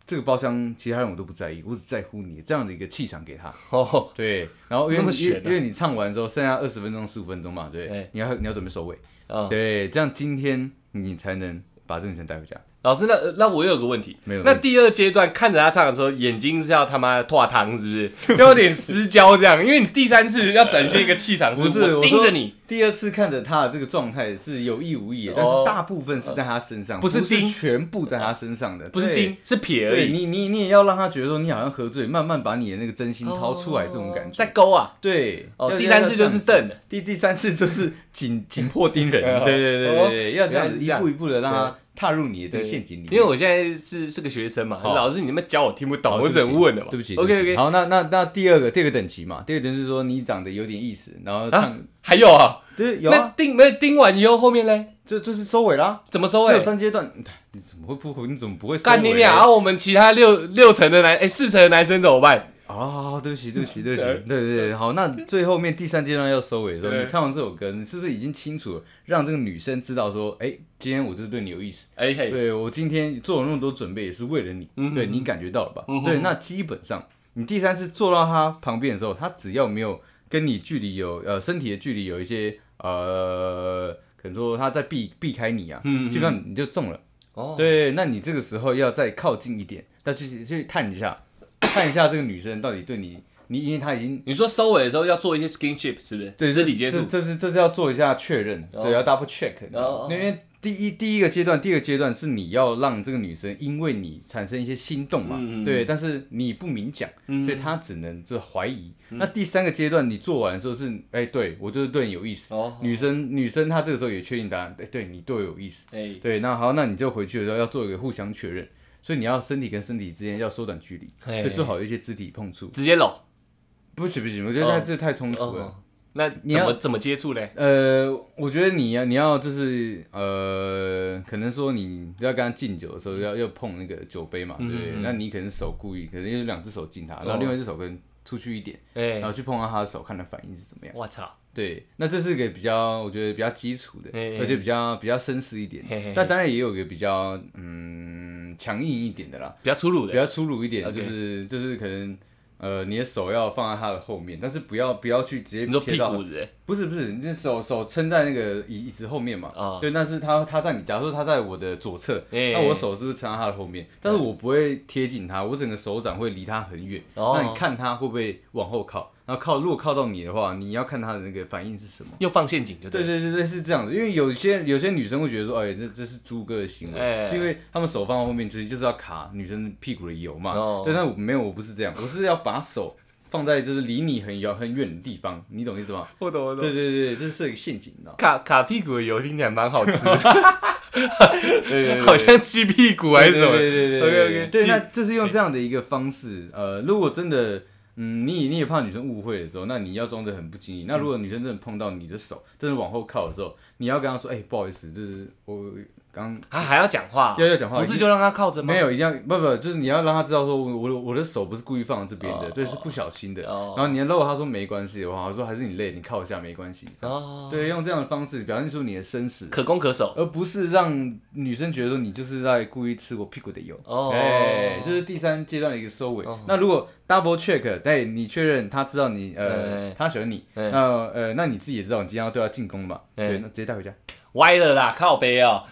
B: 这个包厢其他人我都不在意，我只在乎你这样的一个气场给他。
A: 哦，
B: 对，然后因
A: 那么
B: 为你因为
A: 悬啊
B: 因为你唱完之后，剩下二十分钟、十五分钟嘛，对
A: 哎，
B: 你要你要准备收尾。
A: 嗯，
B: 对，这样今天你才能把这个女生带回家。
A: 老师，那呃那我有个问题，
B: 没有
A: 那
B: 问
A: 第二阶段看着他唱的时候，眼睛是要他妈拓
B: *laughs*
A: 汤是不是？要有点失焦这样，因为你第三次要展现一个气场，
B: 不是
A: 是我
B: 我
A: 盯
B: 说
A: 着你，
B: 第二次看着他的这个状态是有意无意的，但
A: 哦
B: 是大部分是在他身上，
A: 不是
B: 是
A: 钉
B: 全部在他身上的，
A: 不是
B: 对
A: 钉，是撇而
B: 对
A: 已。
B: 你，你你也要让他觉得说你好像喝醉，慢慢把你的那个真心掏出来，这种感
A: 哦在
B: 觉。
A: 勾啊，
B: 对，
A: 哦
B: 要
A: 第三次就是瞪了，。
B: 第第三次就是紧紧迫盯人 *laughs* 对对对对对，要这
A: 原
B: 样
A: 来
B: 子
A: 是
B: 一
A: 这样
B: 步一步的让他踏入你的这个陷阱里面。
A: 因为我现在是是个学生嘛，
B: 好
A: 老师你那么教我听不懂，
B: 好
A: 我只能问了嘛。
B: 对不起对不起
A: ，OK OK，
B: 好，那那那第二个第二个等级嘛，第二个等级是说你长得有点意思，然后
A: 啊
B: 唱，
A: 还有啊，
B: 就是有
A: 那
B: 啊，
A: 钉没有钉完以后后面嘞
B: 这这是收尾啦。
A: 怎么收
B: 这有
A: 尾？
B: 三阶段，你怎么会不回？你怎么不会收尾嘞？
A: 干你俩！啊！我们其他六六成的男，哎，四成的男生怎么办？
B: 啊、对不起，对不起， *laughs* 对不起，对对对，好，那最后面第三阶段要收尾的时候，
A: 对
B: 你唱完这首歌，你是不是已经清楚了让这个女生知道说，哎，今天我就是对你有意思，
A: 哎嘿，
B: 对我今天做了那么多准备也是为了你，
A: 嗯哼
B: 对你感觉到了吧？对，那基本上你第三次坐到她旁边的时候，她只要没有跟你距离有呃身体的距离有一些呃，可能说她在避避开你啊，
A: 嗯嗯
B: 基本上你就中了。
A: 哦，
B: 对，那你这个时候要再靠近一点，再去去探一下， *coughs* 探一下这个女生到底对你，你因为她已经
A: 你说收尾的时候要做一些 skinship 是不是？
B: 对
A: 肢
B: 这
A: 体接触
B: 这。这是这是要做一下确认，
A: 哦
B: 对，要 double check，你知
A: 哦
B: 道吗因为第一第一个阶段，第二个阶段是你要让这个女生因为你产生一些心动嘛，
A: 嗯嗯嗯嗯
B: 对，但是你不明讲，所以她只能就怀疑。那第三个阶段你做完的时候是，哎、对我就是对你有意思。
A: 哦，
B: 女生女生她这个时候也确定答案，哎、对你对我有意思。
A: 哎，
B: 对，那好，那你就回去的时候要做一个互相确认，所以你要身体跟身体之间要缩短距离，
A: 嘿
B: 所以最好有一些肢体碰触。
A: 直接搂。
B: 不行不行，我觉得
A: 哦
B: 这太冲突了。
A: 哦，那怎
B: 嗯你要
A: 么怎么接触嘞？
B: 呃，我觉得你要你要就是呃，可能说你要跟他敬酒的时候要要碰那个酒杯嘛，对不对？
A: 嗯嗯嗯
B: 那你可能手故意，可能用两只手敬他，然
A: 哦
B: 后另外一只手可能出去一点，
A: 哎
B: 然，后去碰到他的手，看他反应是怎么样。
A: 我操，
B: 对，那这是一个比较，我觉得比较基础的，
A: 嘿嘿
B: 而且比较比较绅士一点
A: 哎嘿嘿嘿。
B: 但当然也有一个比较嗯强硬一点的啦，
A: 比较粗鲁的，
B: 比较粗鲁一点，
A: OK
B: 就是就是可能呃你的手要放在他的后面，但是不要不要去直接
A: 你说
B: 贴
A: 屁
B: 到他
A: 股的，
B: 不是不是，你这手手撑在那个椅椅子后面嘛？
A: 啊
B: 对，那是他他在你，假如说他在我的左侧，
A: 哎
B: 那我手是不是撑在他的后面？但是我不会贴近他，我整个手掌会离他很远。
A: 哦
B: 那你看他会不会往后靠？然后靠，如果靠到你的话，你要看他的那个反应是什么。
A: 又放陷阱就
B: 对
A: 对了。
B: 对对对，是这样子，因为有些有些女生会觉得说，哎、这这是猪哥的行为，
A: 哎
B: 是因为他们手放到后面，其实就是要卡女生屁股的油嘛。
A: 哦
B: 对，但我没有，我不是这样，我是要把手放在就是离你很遥很远的地方，你懂意思吗？
A: 我懂我懂
B: 对对对，这是一个陷阱，你知道吗？
A: 卡卡屁股的油听起来蛮好吃的，
B: 对 *laughs* 对
A: 好像鸡屁股还是什么。
B: 对对对
A: OK，OK，
B: 对，
A: 鸡
B: 那就是用这样的一个方式，呃，如果真的。嗯，你也你也怕女生误会的时候，那你要装着很不经意。那如果女生真的碰到你的手，真的往后靠的时候，你要跟她说：“哎、不好意思，就是我刚
A: 啊，还要讲话，
B: 要要讲话
A: 不是就让他靠着吗？
B: 没有一定要不不，就是你要让她知道说我我的我的手不是故意放在这边的，
A: 哦
B: 对，是不小心的。
A: 哦
B: 然后你要如果她说没关系的话，我说还是你累，你靠一下没关系。
A: 哦，
B: 对，用这样的方式表现出你的绅士，
A: 可攻可守。
B: 而不是让女生觉得说你就是在故意吃我屁股的油。
A: 哦
B: 哎，这是第三阶段的一个收尾。那如果 double check，对你确认他知道你呃
A: 哎
B: 他喜欢你，
A: 哎
B: 那呃那你自己也知道你今天要对他进攻了嘛？
A: 哎
B: 对，那直接带回家。
A: 歪了啦，靠背哦。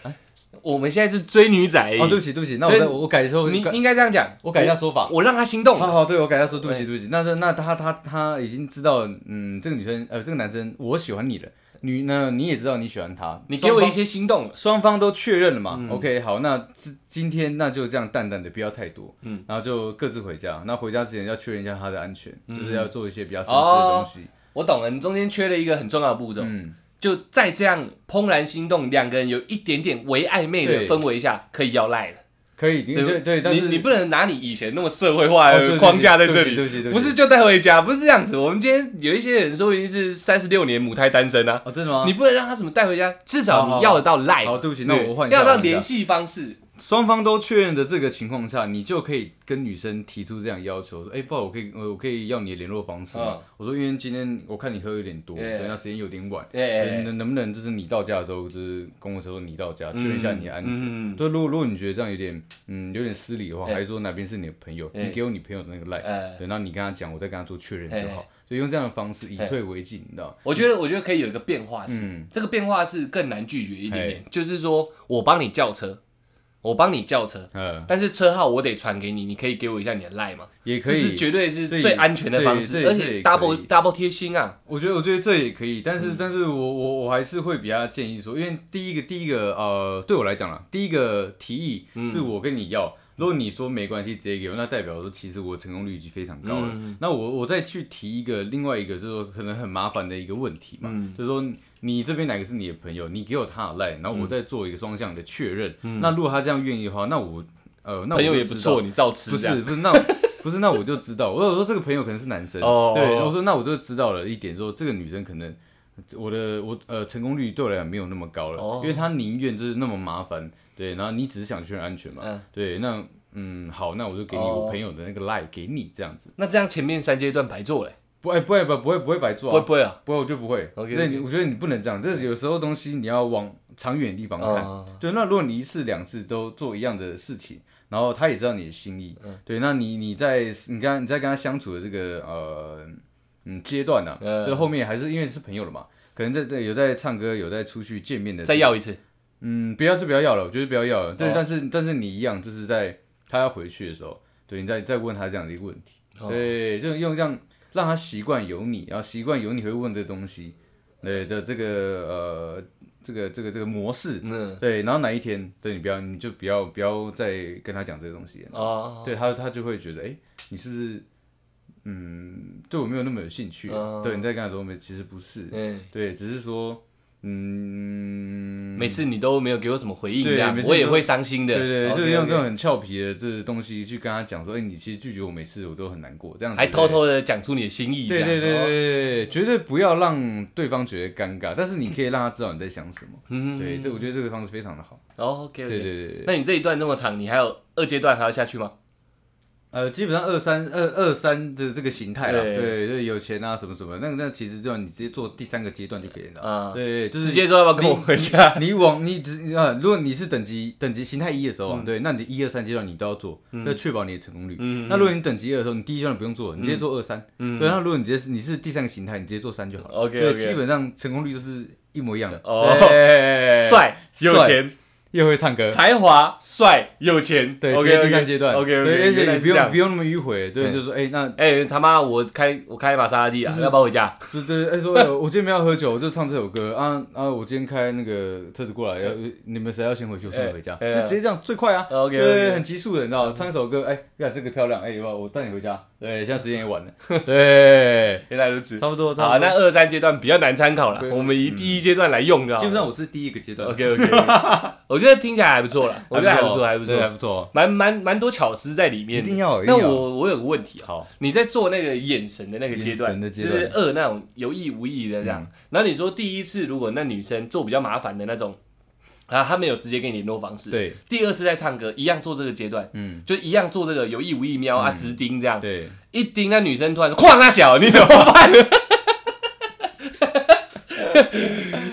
A: 我们现在是追女仔而已，
B: 哦，对不起对不起，那我再
A: 对
B: 我我改说，
A: 哎你
B: 改
A: 应该这样讲，
B: 我改一下说法。
A: 我让他心动
B: 好
A: 了。
B: 好，对我改一下说，对不
A: 哎
B: 起对不起，那那那他他他已经知道，嗯，这个女生呃这个男生我喜欢你了，女呢你也知道你喜欢他，
A: 你给我
B: 双方
A: 一些心动了，
B: 双方都确认了
A: 嗯
B: 嘛、o k 好，那今今天那就这样淡淡的，不要太多，
A: 嗯
B: 然后就各自回家。那回家之前要确认一下他的安全，就是要做一些比较绅士的
A: 嗯哦
B: 东西，
A: 我懂了。你中间缺了一个很重要的步骤，
B: 嗯，
A: 就再这样怦然心动，两个人有一点点微暧昧的
B: 对
A: 氛围下，可以要赖了。
B: 可以，对对对，但
A: 你
B: 是
A: 你不能拿你以前那么社会化
B: 哦对
A: 的
B: 对
A: 框架在
B: 对
A: 这
B: 对对对
A: 里，
B: 对
A: 不是就带回家，不是这样子。我们今天有一些人说不定是三十六年母胎单身啊，
B: 哦，真的吗？
A: 你不能让他什么带回家，至少
B: 好
A: 你要得到赖。
B: 好对不起那我换一下
A: 要
B: 我
A: 到
B: 换一下
A: 联系方式。
B: 双方都确认的这个情况下，你就可以跟女生提出这样要求，说，哎、不好，我可以，呃我可以要你的联络方式吗？
A: 嗯
B: 我说，因为今天我看你喝有点多，
A: 哎
B: 对，那时间有点晚，呃
A: 哎
B: 能能不能就是你到家的时候，就是跟我说你到家，确认一下你的安全。
A: 嗯嗯
B: 就如果如果你觉得这样有点嗯有点失礼的话，
A: 哎
B: 还是说哪边是你的朋友，
A: 哎
B: 你给我你朋友的那个
A: 哎
B: line，对，然后你跟他讲，我再跟他做确认就
A: 哎
B: 好。所以用这样的方式以
A: 哎
B: 退为进，你知道吗？
A: 我觉得，我觉得可以有一个变化是，
B: 嗯哎
A: 这个变化是更难拒绝一点点，就是说我帮你叫车，我帮你叫车，
B: 嗯，
A: 但是车号我得传给你，你可以给我一下你的赖吗？
B: 也可
A: 这
B: 以，
A: 是绝对是
B: 这也
A: 最安全的方
B: 对
A: 式，
B: 这
A: 而
B: 这
A: 且
B: 也
A: double
B: 可以
A: double 贴心啊，
B: 我觉得，我觉得这也可以，但
A: 嗯
B: 是，但是我我我还是会比较建议说，因为第一个，第一个，呃，对我来讲啦，第一个提议
A: 嗯
B: 是我跟你要，如果你说没关系，直接给我，那代表说其实我成功率已经非常高了。
A: 嗯
B: 那我我再去提一个另外一个，就是说可能很麻烦的一个问题嘛，
A: 嗯
B: 就是说你这边哪个是你的朋友，你给我他的 line，然后
A: 嗯
B: 我再做一个双向的确认。那如果他这样愿意的话，那我呃，那我
A: 朋友
B: 就
A: 也不
B: 知道
A: 错，你照吃
B: 不
A: 这
B: 是
A: 样。
B: 不是，
A: *laughs*
B: 那我不是那我就知道，我有说这个朋友可能是男生，
A: 哦
B: 对，
A: 哦
B: 我说那我就知道了一点说这个女生可能我的我呃成功率对我来讲没有那么高了，
A: 哦
B: 因为她宁愿就是那么麻烦，对，然后你只是想确认安全嘛，
A: 嗯
B: 对，那嗯好，那我就给你
A: 哦
B: 我朋友的那个 line 给你这样子，
A: 那这样前面三阶段白做嘞，
B: 不哎不会不不会不会白
A: 不
B: 做、
A: 会
B: 啊。
A: 不会啊？
B: 不会，我就不会。
A: OK，OK
B: 对，你我觉得你不能这样，这是有时候东西你要往长远的地方看。
A: 哦
B: 对，那如果你一次两次都做一样的事情，然后他也知道你的心意，
A: 嗯
B: 对，那你你在你跟他你在跟他相处的这个呃嗯阶段呢、啊，
A: 嗯
B: 就后面还是因为是朋友了嘛，可能在这有在唱歌，有在出去见面的，
A: 再要一次，
B: 嗯，不要就不要要了，我觉得不要要了。对，
A: 哦
B: 但是但是你一样，就是在他要回去的时候，对你再再问他这样的一个问题，
A: 哦
B: 对，就用这样让他习惯有你，然后习惯有你会问的东西，对的这个呃这个这个这个模式，
A: 嗯
B: 对，然后哪一天对你不要你就不要不要再跟他讲这个东西了，
A: 哦，
B: 对他他就会觉得哎、诶你是不是嗯对我没有那么有兴趣啊、
A: 哦
B: 对，你在跟他说没，其实不是，
A: 嗯，
B: 对，只是说嗯
A: 每次你都没有给我什么回应，
B: 对
A: 这样
B: 每次
A: 我也
B: 都
A: 会伤心的。哦
B: 对对，
A: OK，
B: 就是用
A: OK
B: 这种很俏皮的这东西去跟他讲说，哎、你其实拒绝我每次我都很难过，这样子
A: 还偷。偷的讲出你的心意，这
B: 对
A: 样
B: 对对对对
A: 哦
B: 对，绝对不要让对方觉得尴尬，但是你可以让他知道你在想什么。
A: 嗯
B: 对，这我觉得这个方式非常的好。
A: 哦，OK，
B: 对对对对，
A: 那你这一段那么长，你还有二阶段还要下去吗？
B: 呃，基本上二三二二三的这个形态啦，
A: 对
B: 对对，有钱啊什么什么，那个那其实就你直接做第三个阶段就可以了。
A: 啊
B: 对，就是
A: 直接说要不要跟我回家？
B: 你往你只啊，如果你是等级等级形态一的时候啊，对，那你一二三阶段你都要做，这确保你的成功率。
A: 嗯
B: 那如果你等级二的时候，你第一阶段不用做，你直接做二三。
A: 嗯
B: 对，那啊如果你直接是你是第三个形态，你直接做三就好了。
A: OK，
B: 对，
A: OK
B: 基本上成功率就是一模一样的。
A: 哦
B: 对，
A: 帅、有
B: 帅
A: 钱、
B: 又会唱歌，
A: 才华、帅、有钱，
B: 对，直
A: OK，
B: 接第三阶段。
A: OK，
B: 对，而且你不用不
A: 用。
B: 用那么迂回，对，
A: 嗯
B: 就是说，哎，那
A: 哎，他妈，我开我开一把沙拉蒂啊，要不要回家？
B: 对对，哎，说哎我今天没有喝酒，我就唱这首歌啊啊！我今天开那个车子过来，要你们谁要先回去，我先回家，
A: 哎
B: 就
A: 哎
B: 直接这样最快啊！
A: OK，OK
B: 对，很急速的，你知道，唱一首歌，哎，呀，这个漂亮，哎，有没有我带你回家，对，现在时间也晚 *laughs* 了，对，
A: 原来如此。
B: 差不多，差
A: 好，
B: 不
A: 那
B: 多。
A: 二三阶段比较难参考了
B: 对，
A: 我们以第一阶段来用就好
B: 嗯基
A: 了。
B: 本上我是第一个阶段，
A: OK OK，我觉得听起来还不错
B: *laughs*
A: 了，我觉得还不错，还不
B: 对还
A: 错，
B: 不错，
A: 蛮蛮蛮多巧思在里面
B: 一
A: 的。
B: 定要，
A: 那
B: 一定要
A: 我我有个问题啊，
B: 好，
A: 你在做那个眼神的那个阶
B: 眼神
A: 段，
B: 的
A: 就
B: 阶段
A: 是
B: 嗯
A: 二那种有意无意的这样。然后你说第一次如果那女生做比较麻烦的那种，啊，她没有直接给你联络方式，。
B: 对，
A: 第二次在唱歌一样做这个阶段，
B: 嗯，
A: 就一样做这个有意无意瞄啊直盯这样，
B: 对，
A: 一盯那女生突然说哐她小，你怎么办？ *laughs*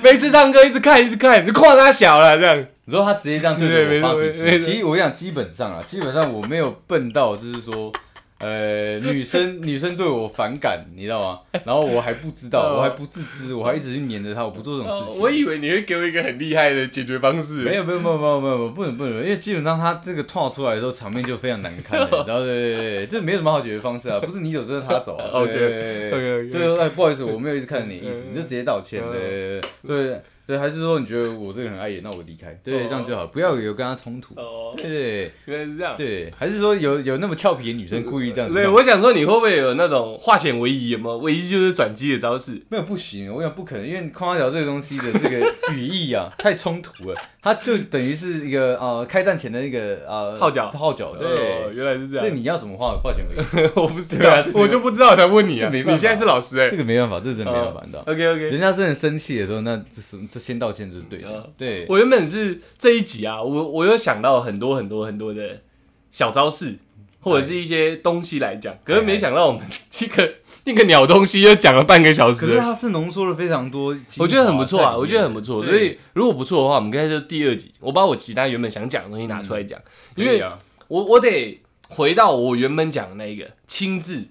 A: 每次唱歌一直看一直看，就哐她小了这样。
B: 然后他直接这样对
A: 对
B: 着我发
A: 没
B: 脾
A: 错没
B: 气。
A: 错
B: 其实我想基本上啊，基本上我没有笨到就是说，呃，女生女生对我反感，你知道吗？然后我还不知道，
A: 哦
B: 我还不自知，我还一直去黏着她，我不做这种
A: 哦
B: 事情。
A: 我以为你会给我一个很厉害的解决方式，。
B: 没有没有没有没有没有不能不能，因为基本上他这个套出来的时候，场面就非常难看了，然后对对对，这没什么好解决方式啊，不是你走就是他走啊
A: OK，
B: 对对对对
A: OK，OK
B: 对，哎，不好意思，我没有一直看你的意思，你就直接道歉，对对对对对，还是说你觉得我这个人碍眼，那我离开，对，这样就好，不要有跟他冲突。
A: 哦，
B: 对对
A: 原来是这样。
B: 对，还是说有有那么俏皮的女生故意这 *laughs* 样子弄？
A: 对，我想说你会不会有那种化险为夷？有没有？唯一就是转机的招式。
B: 没有不行，我想不可能，因为夸奖这个东西的这个语义啊，太冲突了，它就等于是一个呃开战前的一个呃
A: 号角
B: 号角，
A: 哦
B: 对，啊
A: 原来是这
B: 这
A: 样。
B: 你要怎么化化险为夷？
A: *laughs* 我不知
B: 对啊
A: 道
B: 这，个
A: 我就不知道，我才问你啊。你
B: 这没办法
A: 现在是老师哎
B: 这。个没办法，这真的没办法，你知道。
A: OK OK，
B: 人家真的生气的时候，那这是这先道歉就是对的
A: 嗯，
B: 对，
A: 我原本是这一集啊，我我有想到很多很多很多的小招式，或者是一些东西来讲，可是
B: 哎
A: 没想到我们 *laughs* 这个那个鸟东西又讲了半个小
B: 可
A: 时
B: 是
A: 了。
B: 它是浓缩了非常多精华在里面，
A: 我觉得很不错啊，我觉得很不错。
B: 对
A: 所以如果不错的话，我们刚才就第二集，我把我其他原本想讲的东西拿出来讲，因
B: 可以
A: 为
B: 啊
A: 我我得回到我原本讲的那一个亲自，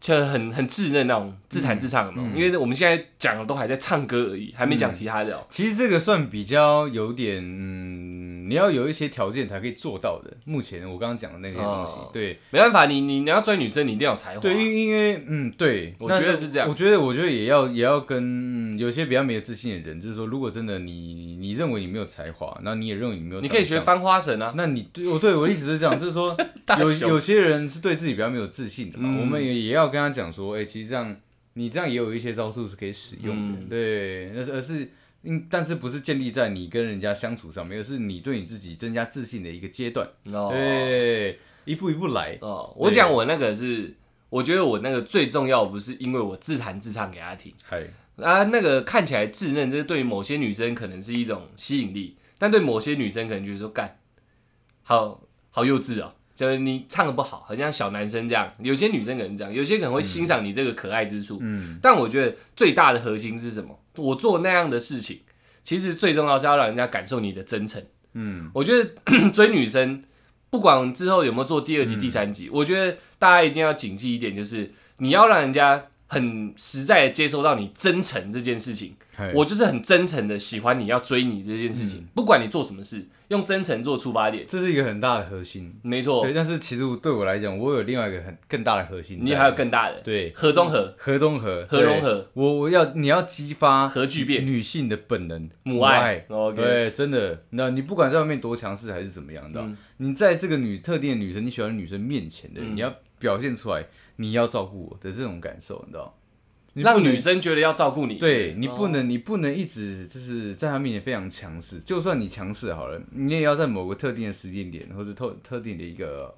A: 就很很稚嫩那种自
B: 嗯
A: 弹自唱的嘛、因为我们现在
B: 嗯
A: 讲的都还在唱歌而已，还没讲其他的哦、
B: 其实这个算比较有点嗯嗯，你要有一些条件才可以做到的。目前我刚刚讲的那些东西，
A: 哦
B: 对
A: 没办法，你你你要追女生，你一定要有才华。啊
B: 对，因因为嗯，对，
A: 我
B: 那
A: 觉得是这样
B: 我觉得我觉得也要也要跟、嗯有些比较没有自信的人，就是说，如果真的你你认为你没有才华，那你也认为你没有，
A: 你可以学。翻花神啊，
B: 那你对我对我一直是这样，就是说
A: 大
B: 有
A: 雄
B: 有些人是对自己比较没有自信的嘛，
A: 嗯
B: 我们也也要跟他讲说，哎、其实这样你这样也有一些招数是可以使用的，
A: 嗯
B: 对，那是而是嗯，但是不是建立在你跟人家相处上面，而是你对你自己增加自信的一个阶段，
A: 哦
B: 对，一步一步来，
A: 哦，我讲我那个是，我觉得我那个最重要不是因为我自弹自唱给他听
B: 嗨，
A: 啊，那个看起来稚嫩，这对于某些女生可能是一种吸引力，但对某些女生可能觉得说干，好好幼稚哦。就是你唱的不好，好像小男生这样。有些女生可能这样，有些可能会欣赏你这个可爱之处。
B: 嗯，
A: 但我觉得最大的核心是什么？我做那样的事情，其实最重要是要让人家感受你的真诚。
B: 嗯，
A: 我觉得 *clears throat* 追女生，不管之后有没有做第二
B: 嗯
A: 集、第三集，我觉得大家一定要谨记一点，就是你要让人家很实在的接收到你真诚这件事情。
B: 嗨
A: 我就是很真诚的喜欢你，要追你这件事情，不管你做什么事，用真诚做出发点，
B: 这是一个很大的核心，
A: 没错
B: 对，。但是其实我对我来讲，我有另外一个很更大的核心在，
A: 你还有更大的
B: 对
A: 合中和、
B: 核中和
A: 核融，合
B: 对我我要你要激发
A: 核聚变、
B: 女性的本能
A: 母爱。OK，
B: 对，真的，那你不管在外面多强势还是怎么样的，
A: 嗯
B: 你在这个女特定的女生你喜欢的女生面前的，
A: 嗯
B: 你要表现出来，你要照顾我的这种感受，你知道？你不
A: 让
B: 能
A: 女生觉得要照顾你。
B: 对你不
A: 嗯哦
B: 能，你不能一直就是在她面前非常强势，就算你强势好了，你也要在某个特定的时间点或者特特定的一个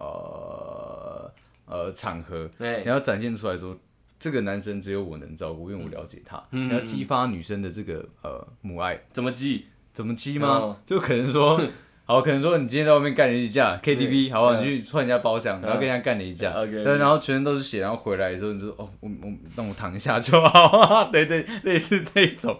B: 呃呃场合，
A: 对
B: 你要展现出来说，这个男生只有我能照顾，因为我了解他，
A: 嗯
B: 你要激发女生的这个呃母爱。
A: 怎么记？
B: 怎么激吗？
A: 哦
B: 就可能 *laughs* 说，好，可能说你今天在外面干了一架 KTV，好不好？
A: 嗯
B: 你去串人家包厢，然后跟人家干了一架，
A: 嗯，OK，
B: 对，然后全身都是血，然后回来的时候你就哦，我我让我躺一下就好， *laughs* 对对，类似这一种，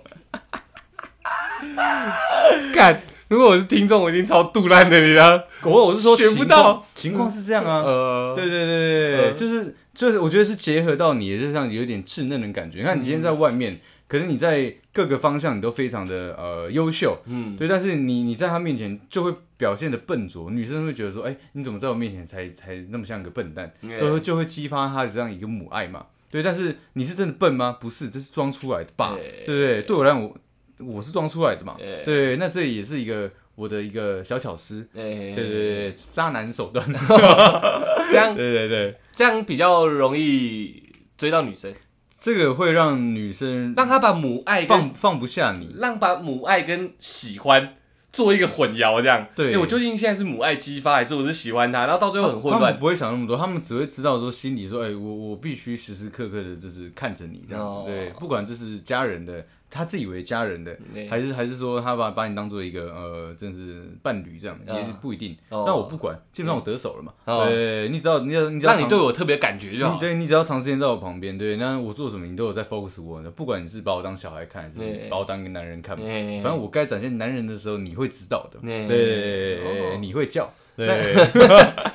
A: 干，如果我是听众，我一定超杜烂的，你知道？
B: 我我是说
A: 选不
B: 情况
A: 到，
B: 情况是这样啊，
A: 呃，
B: 对对对对对，
A: 嗯
B: 就是就是，我觉得是结合到你的这上有点稚嫩的感觉。你看你今天在外面，可能你在各个方向你都非常的呃优秀，
A: 嗯，
B: 对，但是你你在他面前就会表现的笨拙，女生会觉得说，哎、你怎么在我面前才才那么像个笨蛋，
A: 嗯
B: 就会就会激发他的这样一个母爱嘛。对，但是你是真的笨吗？不是，这是装出来的吧？
A: 哎
B: 对不对？对我来讲，我我是装出来的嘛。
A: 哎
B: 对，那这也是一个我的一个小巧思。
A: 哎，
B: 对对对，渣男手段。啊
A: 这样
B: 对对对，
A: 这样比较容易追到女生，
B: 这个会让女生
A: 让她把母爱
B: 放
A: 跟
B: 放不下你。
A: 让把母爱跟喜欢做一个混淆，这样。
B: 对
A: 哎我究竟现在是母爱激发，还是我是喜欢她？然后到最后很混
B: 他们
A: 乱。
B: 不会想那么多，他们只会知道说心里说，哎、我我必须时时刻刻的，就是看着你这样子
A: 哦
B: 对，不管这是家人的，他自以为家人的，
A: 对
B: 还是还是说他把把你当做一个呃，真是伴侣这样，
A: 嗯
B: 也是不一定。
A: 哦
B: 但我不管，基本上我得手了嘛，
A: 哦
B: 对，你只要你只要你只要
A: 让你
B: 长
A: 对我特别感觉就
B: 你
A: 好。
B: 对你只要长时间在我旁边，对，那我做什么你都有在 focus 我呢，不管你是把我当小孩看，还
A: 对
B: 是把我当一个男人看嘛，
A: 哎
B: 反正我该展现男人的时候，你会知道的，
A: 哎哦
B: 对，你会叫，
A: 那
B: 对。
A: *laughs*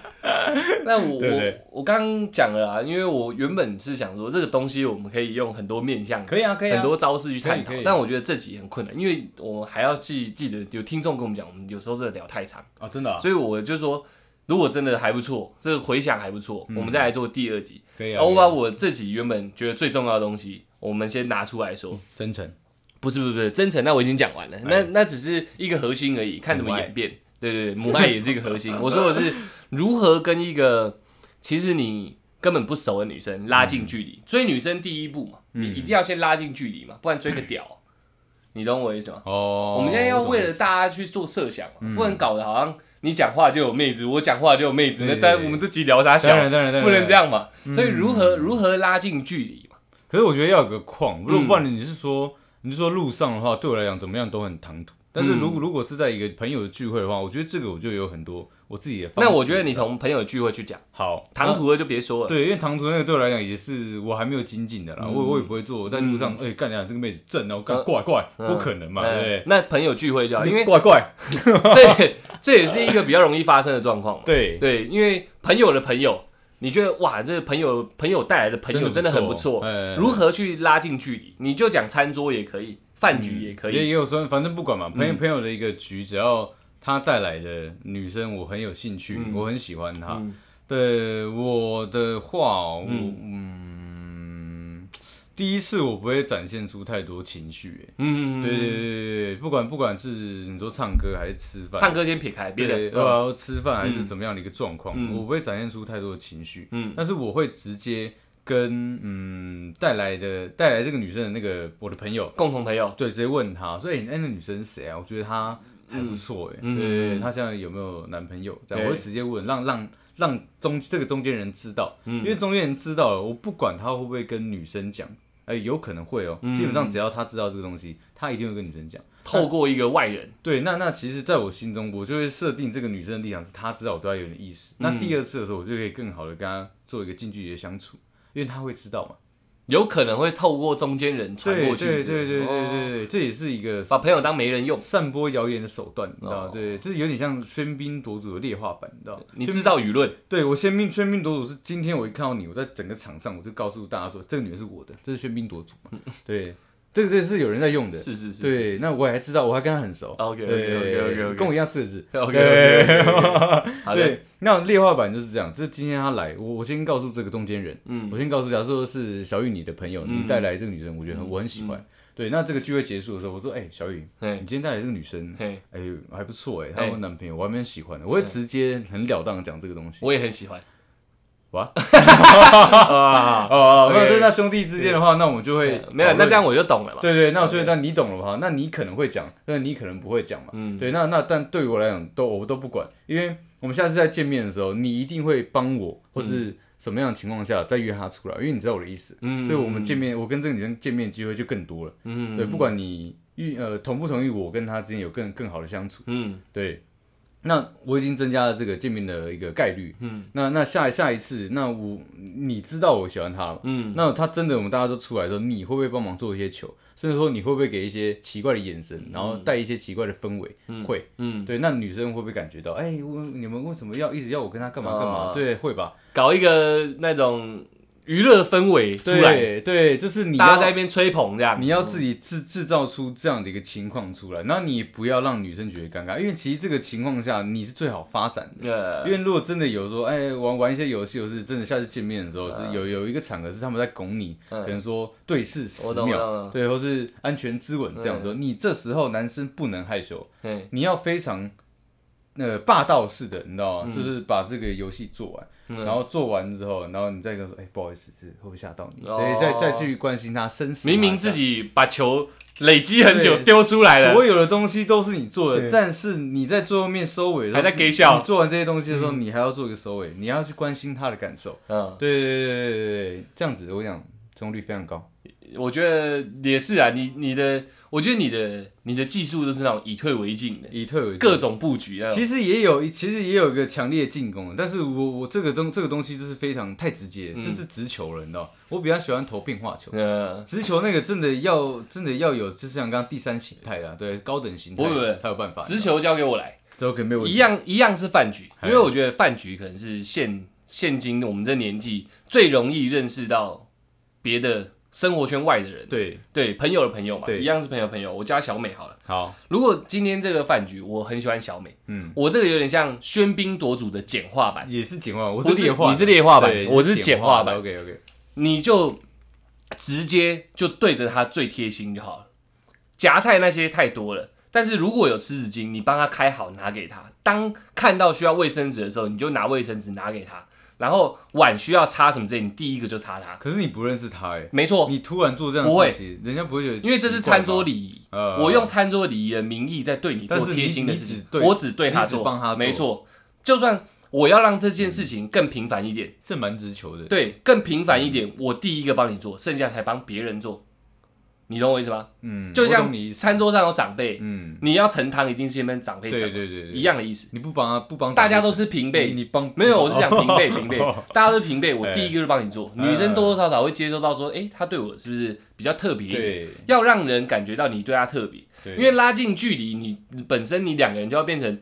A: 那我
B: 对对
A: 我我刚刚讲了啊，因为我原本是想说这个东西我们可以用很多面向，
B: 可以啊，可以啊，
A: 很多招式去探讨
B: 可以可，以
A: 但我觉得这集很困难，因为我们还要去记得有听众跟我们讲，我们有时候真的聊太长，
B: 啊，真的、啊，
A: 所以我就说，如果真的还不错，这个回响还不错，
B: 嗯
A: 我们再来做第二集。
B: 可以
A: 然
B: 啊，
A: 后哦我
B: 可以啊
A: 把我这集原本觉得最重要的东西，我们先拿出来说，
B: 真诚，
A: 不是不是不是真诚，那我已经讲完
B: 哎
A: 了，那那只是一个核心而已，看怎么
B: *laughs*
A: 演变。对对对，母爱也是一个核心。我说的是如何跟一个其实你根本不熟的女生拉近距
B: 嗯
A: 离，追女生第一步嘛，你一定要先拉近距离嘛，不然追个屌，你懂我意思吗？
B: 嗯哦，
A: 我们现在要为了大家去做设想嘛，
B: 嗯
A: 不能搞得好像你讲话就有妹子，我讲话就有妹子，那
B: 对
A: 但我们这集聊啥小
B: 当，然当然当然
A: 不能这样嘛。所以如何如何拉近距离嘛？
B: 可是我觉得要有个框，如果不然你是
A: 嗯
B: 说，你是说路上的话，对我来讲怎么样都很唐突。但是
A: 嗯
B: 如果如果是在一个朋友的聚会的话，我觉得这个我就有很多我自己的方
A: 那
B: 式。
A: 我觉得你从朋友聚会去讲，
B: 好
A: 唐
B: 啊
A: 突的就别说了。
B: 对，因为唐突那个对我来讲也是我还没有精进的啦，我我也不会做。我在路上，哎，干娘这个妹子正啊，我干
A: 嗯
B: 怪怪，
A: 嗯
B: 不可能嘛，
A: 嗯
B: 对
A: 那朋友聚会就好，
B: 不对？
A: 因为
B: 怪怪，
A: 这 *laughs* 也这也是一个比较容易发生的状况嘛。
B: 对
A: 对，因为朋友的朋友，你觉得哇，这朋友朋友带来的朋友真的很不错
B: 哎，
A: 如何去拉近距离？你就讲餐桌也可以，饭局也可以嗯
B: 也，也有说，反正不管嘛，朋友朋友的一个局，只要啊他带来的女生我很有兴趣，
A: 嗯
B: 我很喜欢她。
A: 嗯
B: 对我的话哦，我嗯第一次我不会展现出太多情绪、欸
A: 嗯，
B: 对对对对对，不管不管是你说唱歌还是吃饭，
A: 唱歌先撇开别
B: 对，
A: 的，
B: 呃，吃饭还是什么样的一个状况，
A: 嗯
B: 我不会展现出太多的情绪，
A: 嗯
B: 但是我会直接跟嗯带来的带来这个女生的那个我的朋友，
A: 共同朋友，
B: 对，直接问她，所以哎、那女生是谁啊？我觉得她还不错哎、
A: 嗯
B: 对对对，
A: 嗯
B: 她现在有没有男朋友？这样
A: 对
B: 我会直接问，让让让中这个中间人知道，
A: 嗯
B: 因为中间人知道了，我不管他会不会跟女生讲。哎、有可能会哦、
A: 嗯
B: 基本上只要他知道这个东西，他一定会跟女生讲。
A: 透过一个外人，
B: 对，那那其实，在我心中，我就会设定这个女生的立场是她知道我对她有点意
A: 嗯
B: 思。那第二次的时候，我就可以更好的跟她做一个近距离的相处，因为她会知道嘛。
A: 有可能会透过中间人传
B: 对
A: 过去，
B: 对对对对
A: 哦
B: 对对，这也是一个
A: 把朋友当媒人用，
B: 散播谣言的手段，你知道吗
A: 哦？
B: 对，就是有点像喧宾夺主的劣化版，你知道吗？
A: 你
B: 喧
A: 制造舆论，
B: 对我喧宾喧宾夺主是今天我一看到你，我在整个场上我就告诉大家说，这个女人是我的，这是喧宾夺主嘛。对，这个这个是有人在用的。
A: 是是是，是
B: 对，那我还知道，我还跟她很熟。
A: OK，OK，OK，OK，OK
B: 跟我一样四个字。
A: OK OK，好的，
B: 对，那劣化版就是这样。这今天他来，我我先告诉这个中间人，嗯，我先告诉，假如说是小雨你的朋友，你带来这个女生，我觉得很我很喜欢。对，那这个聚会结束的时候，我说，哎、小雨，你
A: 嘿
B: 今天带来这个女生，哎、
A: 嘿，
B: 还不错哎、她
A: 嘿
B: 有男朋友，我还蛮喜欢的。
A: 嗯
B: 我会直接很了当的讲这个东西。
A: 我也很喜欢，
B: 哇，
A: 啊，
B: 哦，没有，
A: OK
B: 这是那兄弟之间的话，那我们就会
A: 呃没有，
B: 讨论
A: 那这样嗯我就懂了嘛，
B: 对对，那我觉得，那你懂了吧？那你可能会讲，那你可能不会讲嘛。
A: 嗯
B: 对，那那但对我来讲，都我都不管，因为我们下次再见面的时候，你一定会帮我，或是什么样的情况下再约她出来，因为你知道我的意思。
A: 嗯
B: 所以我们见面，我跟这个女生见面机会就更多了。
A: 嗯
B: 对，不管你遇呃同不同意我跟她之间有更更好的相处，
A: 嗯
B: 对。那我已经增加了这个见面的一个概率，嗯，那那下下一次，那我你知道我喜欢她了嘛，
A: 嗯
B: 那他真的，我们大家都出来的时候，你会不会帮忙做一些球？甚至说你会不会给一些奇怪的眼神，然后带一些奇怪的氛围？会，
A: 嗯，
B: 对。那女生会不会感觉到，哎、我你们为什么要一直要我跟他干嘛干嘛？
A: 啊
B: 对，会吧？
A: 搞一个那种娱乐氛围出来，
B: 对对，就是你
A: 大家在
B: 要
A: 那边吹捧这样，
B: 你要自己制制造出这样的一个情况出来，那你不要让女生觉得尴尬，因为其实这个情况下你是最好发展的。
A: 呃
B: 因为如果真的有说，哎、玩玩一些游戏，或是真的下次见面的时候，就是有有一个场合是他们在拱你，
A: 嗯
B: 可能说对视十
A: 我懂我懂嗯
B: 秒
A: 了，
B: 对，或是安全之吻这样子，你这时候男生不能害羞，
A: 嘿
B: 你要非常呃霸道式的，你知道
A: 嗯
B: 吗？就是把这个游戏做完，然后做完之后，然后你再跟他说，哎、不好意思，是会不会吓到你？
A: 哦
B: 所以再再去关心他啊绅士，
A: 明明自。己把球累积很久
B: 对
A: 丢出来
B: 所
A: 了，
B: 有的东西都是你做的，
C: 对
B: 但是你在最后面收尾的时候，
A: 还在给笑
B: 你做完这些东西的时候，你还要做一个收尾，你要去关心他的感受。
A: 嗯，
B: 对对对对对对，这样子我讲成功率非常高。
A: 我觉得也是啊，你你的，我觉得你的你的技术都是那种以退为进的，
B: 以退为进
A: 各种布局啊，
B: 其实也有，其实也有一个强烈的进攻，但是我我这个东这个东西就是非常太直接，这是直球了，你知道？我比较喜欢投变化球，
A: 呃，
B: 直球那个真的要真的要有，就像刚刚第三形态啦，对，高等形态
A: 不不不
B: 才有办法。
A: 直球交给我来，
B: 之后可能没有问
A: 一
B: 题，
A: 样一样是饭局，
B: 嗨
A: 因为我觉得饭局可能是现现今我们这年纪最容易认识到别的生活圈外的人，
B: 对，
A: 对，朋友的朋友嘛，
B: 对
A: 一样是朋友的朋友，我叫她小美好了。
B: 好，
A: 如果今天这个饭局，我很喜欢小美，
B: 嗯，
A: 我这个有点像喧宾夺主的简化版，
B: 也是简化，我
A: 不是
B: 劣化的，
A: 你是劣化版
B: 对
A: 我是简化版
B: OK OK，
A: 你就直接就对着他最贴心就好了。夹菜那些太多了，但是如果有湿纸巾，你帮他开好拿给他。当看到需要卫生纸的时候，你就拿卫生纸拿给他。然后碗需要擦什么之类，你第一个就擦他。
B: 可是你不认识他哎，
A: 没错，
B: 你突然做这样
A: 不会
B: 的事情，人家不会觉得，
A: 因为这是餐桌礼仪，
B: 呃
A: 我用餐桌礼仪的名义在对你做贴心的事
B: 但是你
A: 情
B: 你只，对
A: 我只对他
B: 你
A: 做，
B: 只帮他做
A: 没错。就算我要让这件事情更频繁一点，
B: 这蛮直球的，
A: 对，更频繁一点，我第一个帮你做，剩下才帮别人做，你懂我意思吗？
B: 嗯，
A: 就
B: 我
A: 像
B: 懂你意思，
A: 餐桌上有长辈，
B: 嗯，
A: 你要盛汤一定是先跟长辈
B: 对对
A: 盛，
B: 对对，
A: 一样的意思。
B: 你不帮他不帮
A: 大家都是
B: 是
A: 平辈，
B: 你帮
A: 没有，我是讲平
B: *laughs*
A: 辈平辈
B: 哦，
A: 大家都是平辈，我
B: 哎
A: 第一个就帮你做。女生多多少少会接收到说，诶，他对我是不是比较特别一点？
B: 对
A: 要让人感觉到你对他特别，
B: 对，
A: 因为拉近距离，你本身你两个人就要变成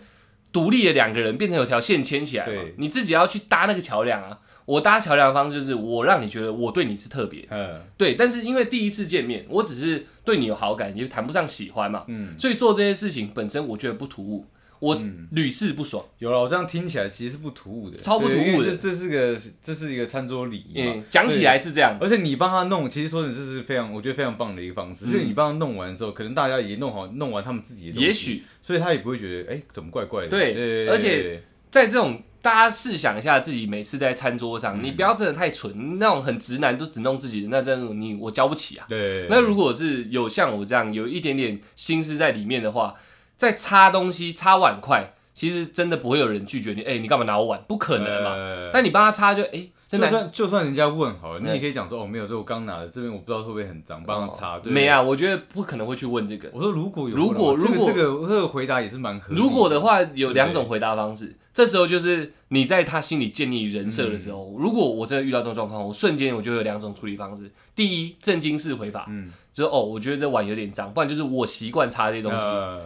A: 独立的两个人，变成有条线牵起来嘛
B: 对，
A: 你自己要去搭那个桥梁啊。我搭桥梁的方式就是我让你觉得我对你是特别的，
B: 嗯
A: 对，但是因为第一次见面，我只是对你有好感，也谈不上喜欢嘛，
B: 嗯
A: 所以做这些事情本身我觉得不突兀。我屡试不爽。
B: 有了，我这样听起来其实是不突兀的，
A: 超不
B: 对
A: 突�ud
B: 因为
A: 的
B: 这这是个这是一个餐桌礼仪嘛
A: 嗯，，讲起来是这样，
B: 而且你帮他弄，其实说的这是非常，我觉得非常棒的一个方
A: 嗯
B: 式。就是你帮他弄完的时候，可能大家也弄好，弄完他们自己的东西
A: 也，许
B: 所以他也不会觉得，哎、怎么怪怪的？
A: 对而且在这种大家试想一下，自己每次在餐桌
B: 嗯
A: 上，你不要真的太蠢，那种很直男都只弄自己的，那真的你我教不起啊。
B: 对，
A: 那如果是有像我这样有一点点心思在里面的话，在擦东西、擦碗筷，其实真的不会有人拒绝你。哎、你干嘛拿我碗？不可能嘛。
B: 呃
A: 但你帮他擦就，哎、真
B: 就
A: 的
B: 算就算人家问好了，你也
A: 对
B: 可以讲说，哦，没有，这我刚拿的，这边我不知道会不会很脏，帮他擦。对，啊
A: 没。啊，我觉得不可能会去问这个。
B: 我说如果有，
A: 如果
B: 这个
A: 如果
B: 这个这个回答也是蛮合理。
A: 如果的
B: 话，
A: 话，有两种回答方式。这时候就是你在他心里建立人设的时
B: 嗯
A: 候，如果我真的遇到这种状况，我瞬间我就有两种处理方式。第一，震惊式回法，
B: 嗯，
A: 就是哦，我觉得这碗有点脏，不然就是我习惯擦这些东西。
B: 呃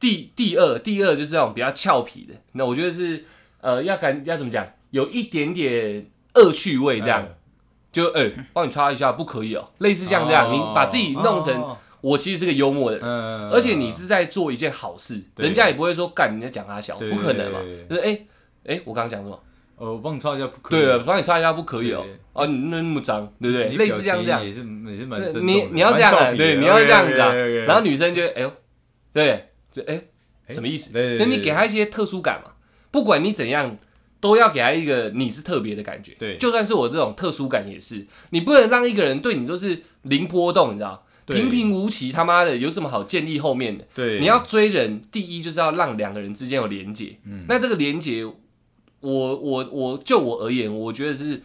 A: 第第二，第二就是那种比较俏皮的，那我觉得是呃，要感要怎么讲，有一点点恶趣味这样，
B: 嗯
A: 就哎，帮、你擦一下，不可以哦，类似像这样，
B: 哦
A: 你把自己弄成、
B: 哦
A: 我其实是个幽默的人。
B: 嗯，
A: 而且你是在做一件好事，
B: 对
A: 人家也不会说干你在讲他小，
B: 对
A: 不可能嘛
B: 对对。
A: 就是哎哎，诶我刚刚讲什么？
B: 呃，我帮你擦一下，不可以
A: 对了，帮你擦一下不可以哦
B: 对。
A: 哦，你那那么脏，对不对？
B: 你
A: 类
B: 表
A: 似这样
B: 情
A: 这样，
B: 也是也是蛮
A: 对
B: 生动的
A: 你你要这样啊，对，你要这样子啊。然后女生就哎呦，对，就哎什么意思？
B: 对对对
A: 那你给她一些特殊感嘛，不管你怎样，都要给她一个你是特别的感觉。
B: 对
A: 就算是我这种特殊感也是，你不能让一个人对你都是零波动，你知道。
B: 对
A: 平平无奇，他妈的有什么好建立后面的？
B: 对
A: 你要追人，第一就是要让两个人之间有连结。
B: 嗯
A: 那这个连结，我我我就我而言，我觉得是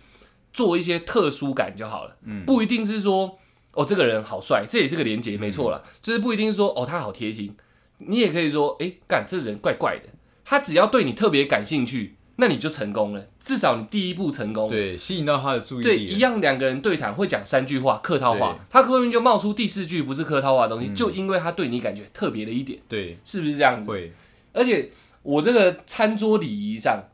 A: 做一些特殊感就好了。
B: 嗯
A: 不一定是说哦这个人好帅，这也是个连结，没错啦。就是不一定是说哦他好贴心，你也可以说诶，干这人怪怪的。他只要对你特别感兴趣，那你就成功了，至少你第一步成功了。
B: 对吸引到他的注意
A: 对，
B: 力了，
A: 一样两个人对谈会讲三句话，客套话
B: 啊对，嗯
A: 他后面就冒出第四句不是客套话的东西，就因为他对你感觉特别的一点，
B: 对
A: 是不是这样子？
B: 会
A: 而且我这个餐桌礼仪上，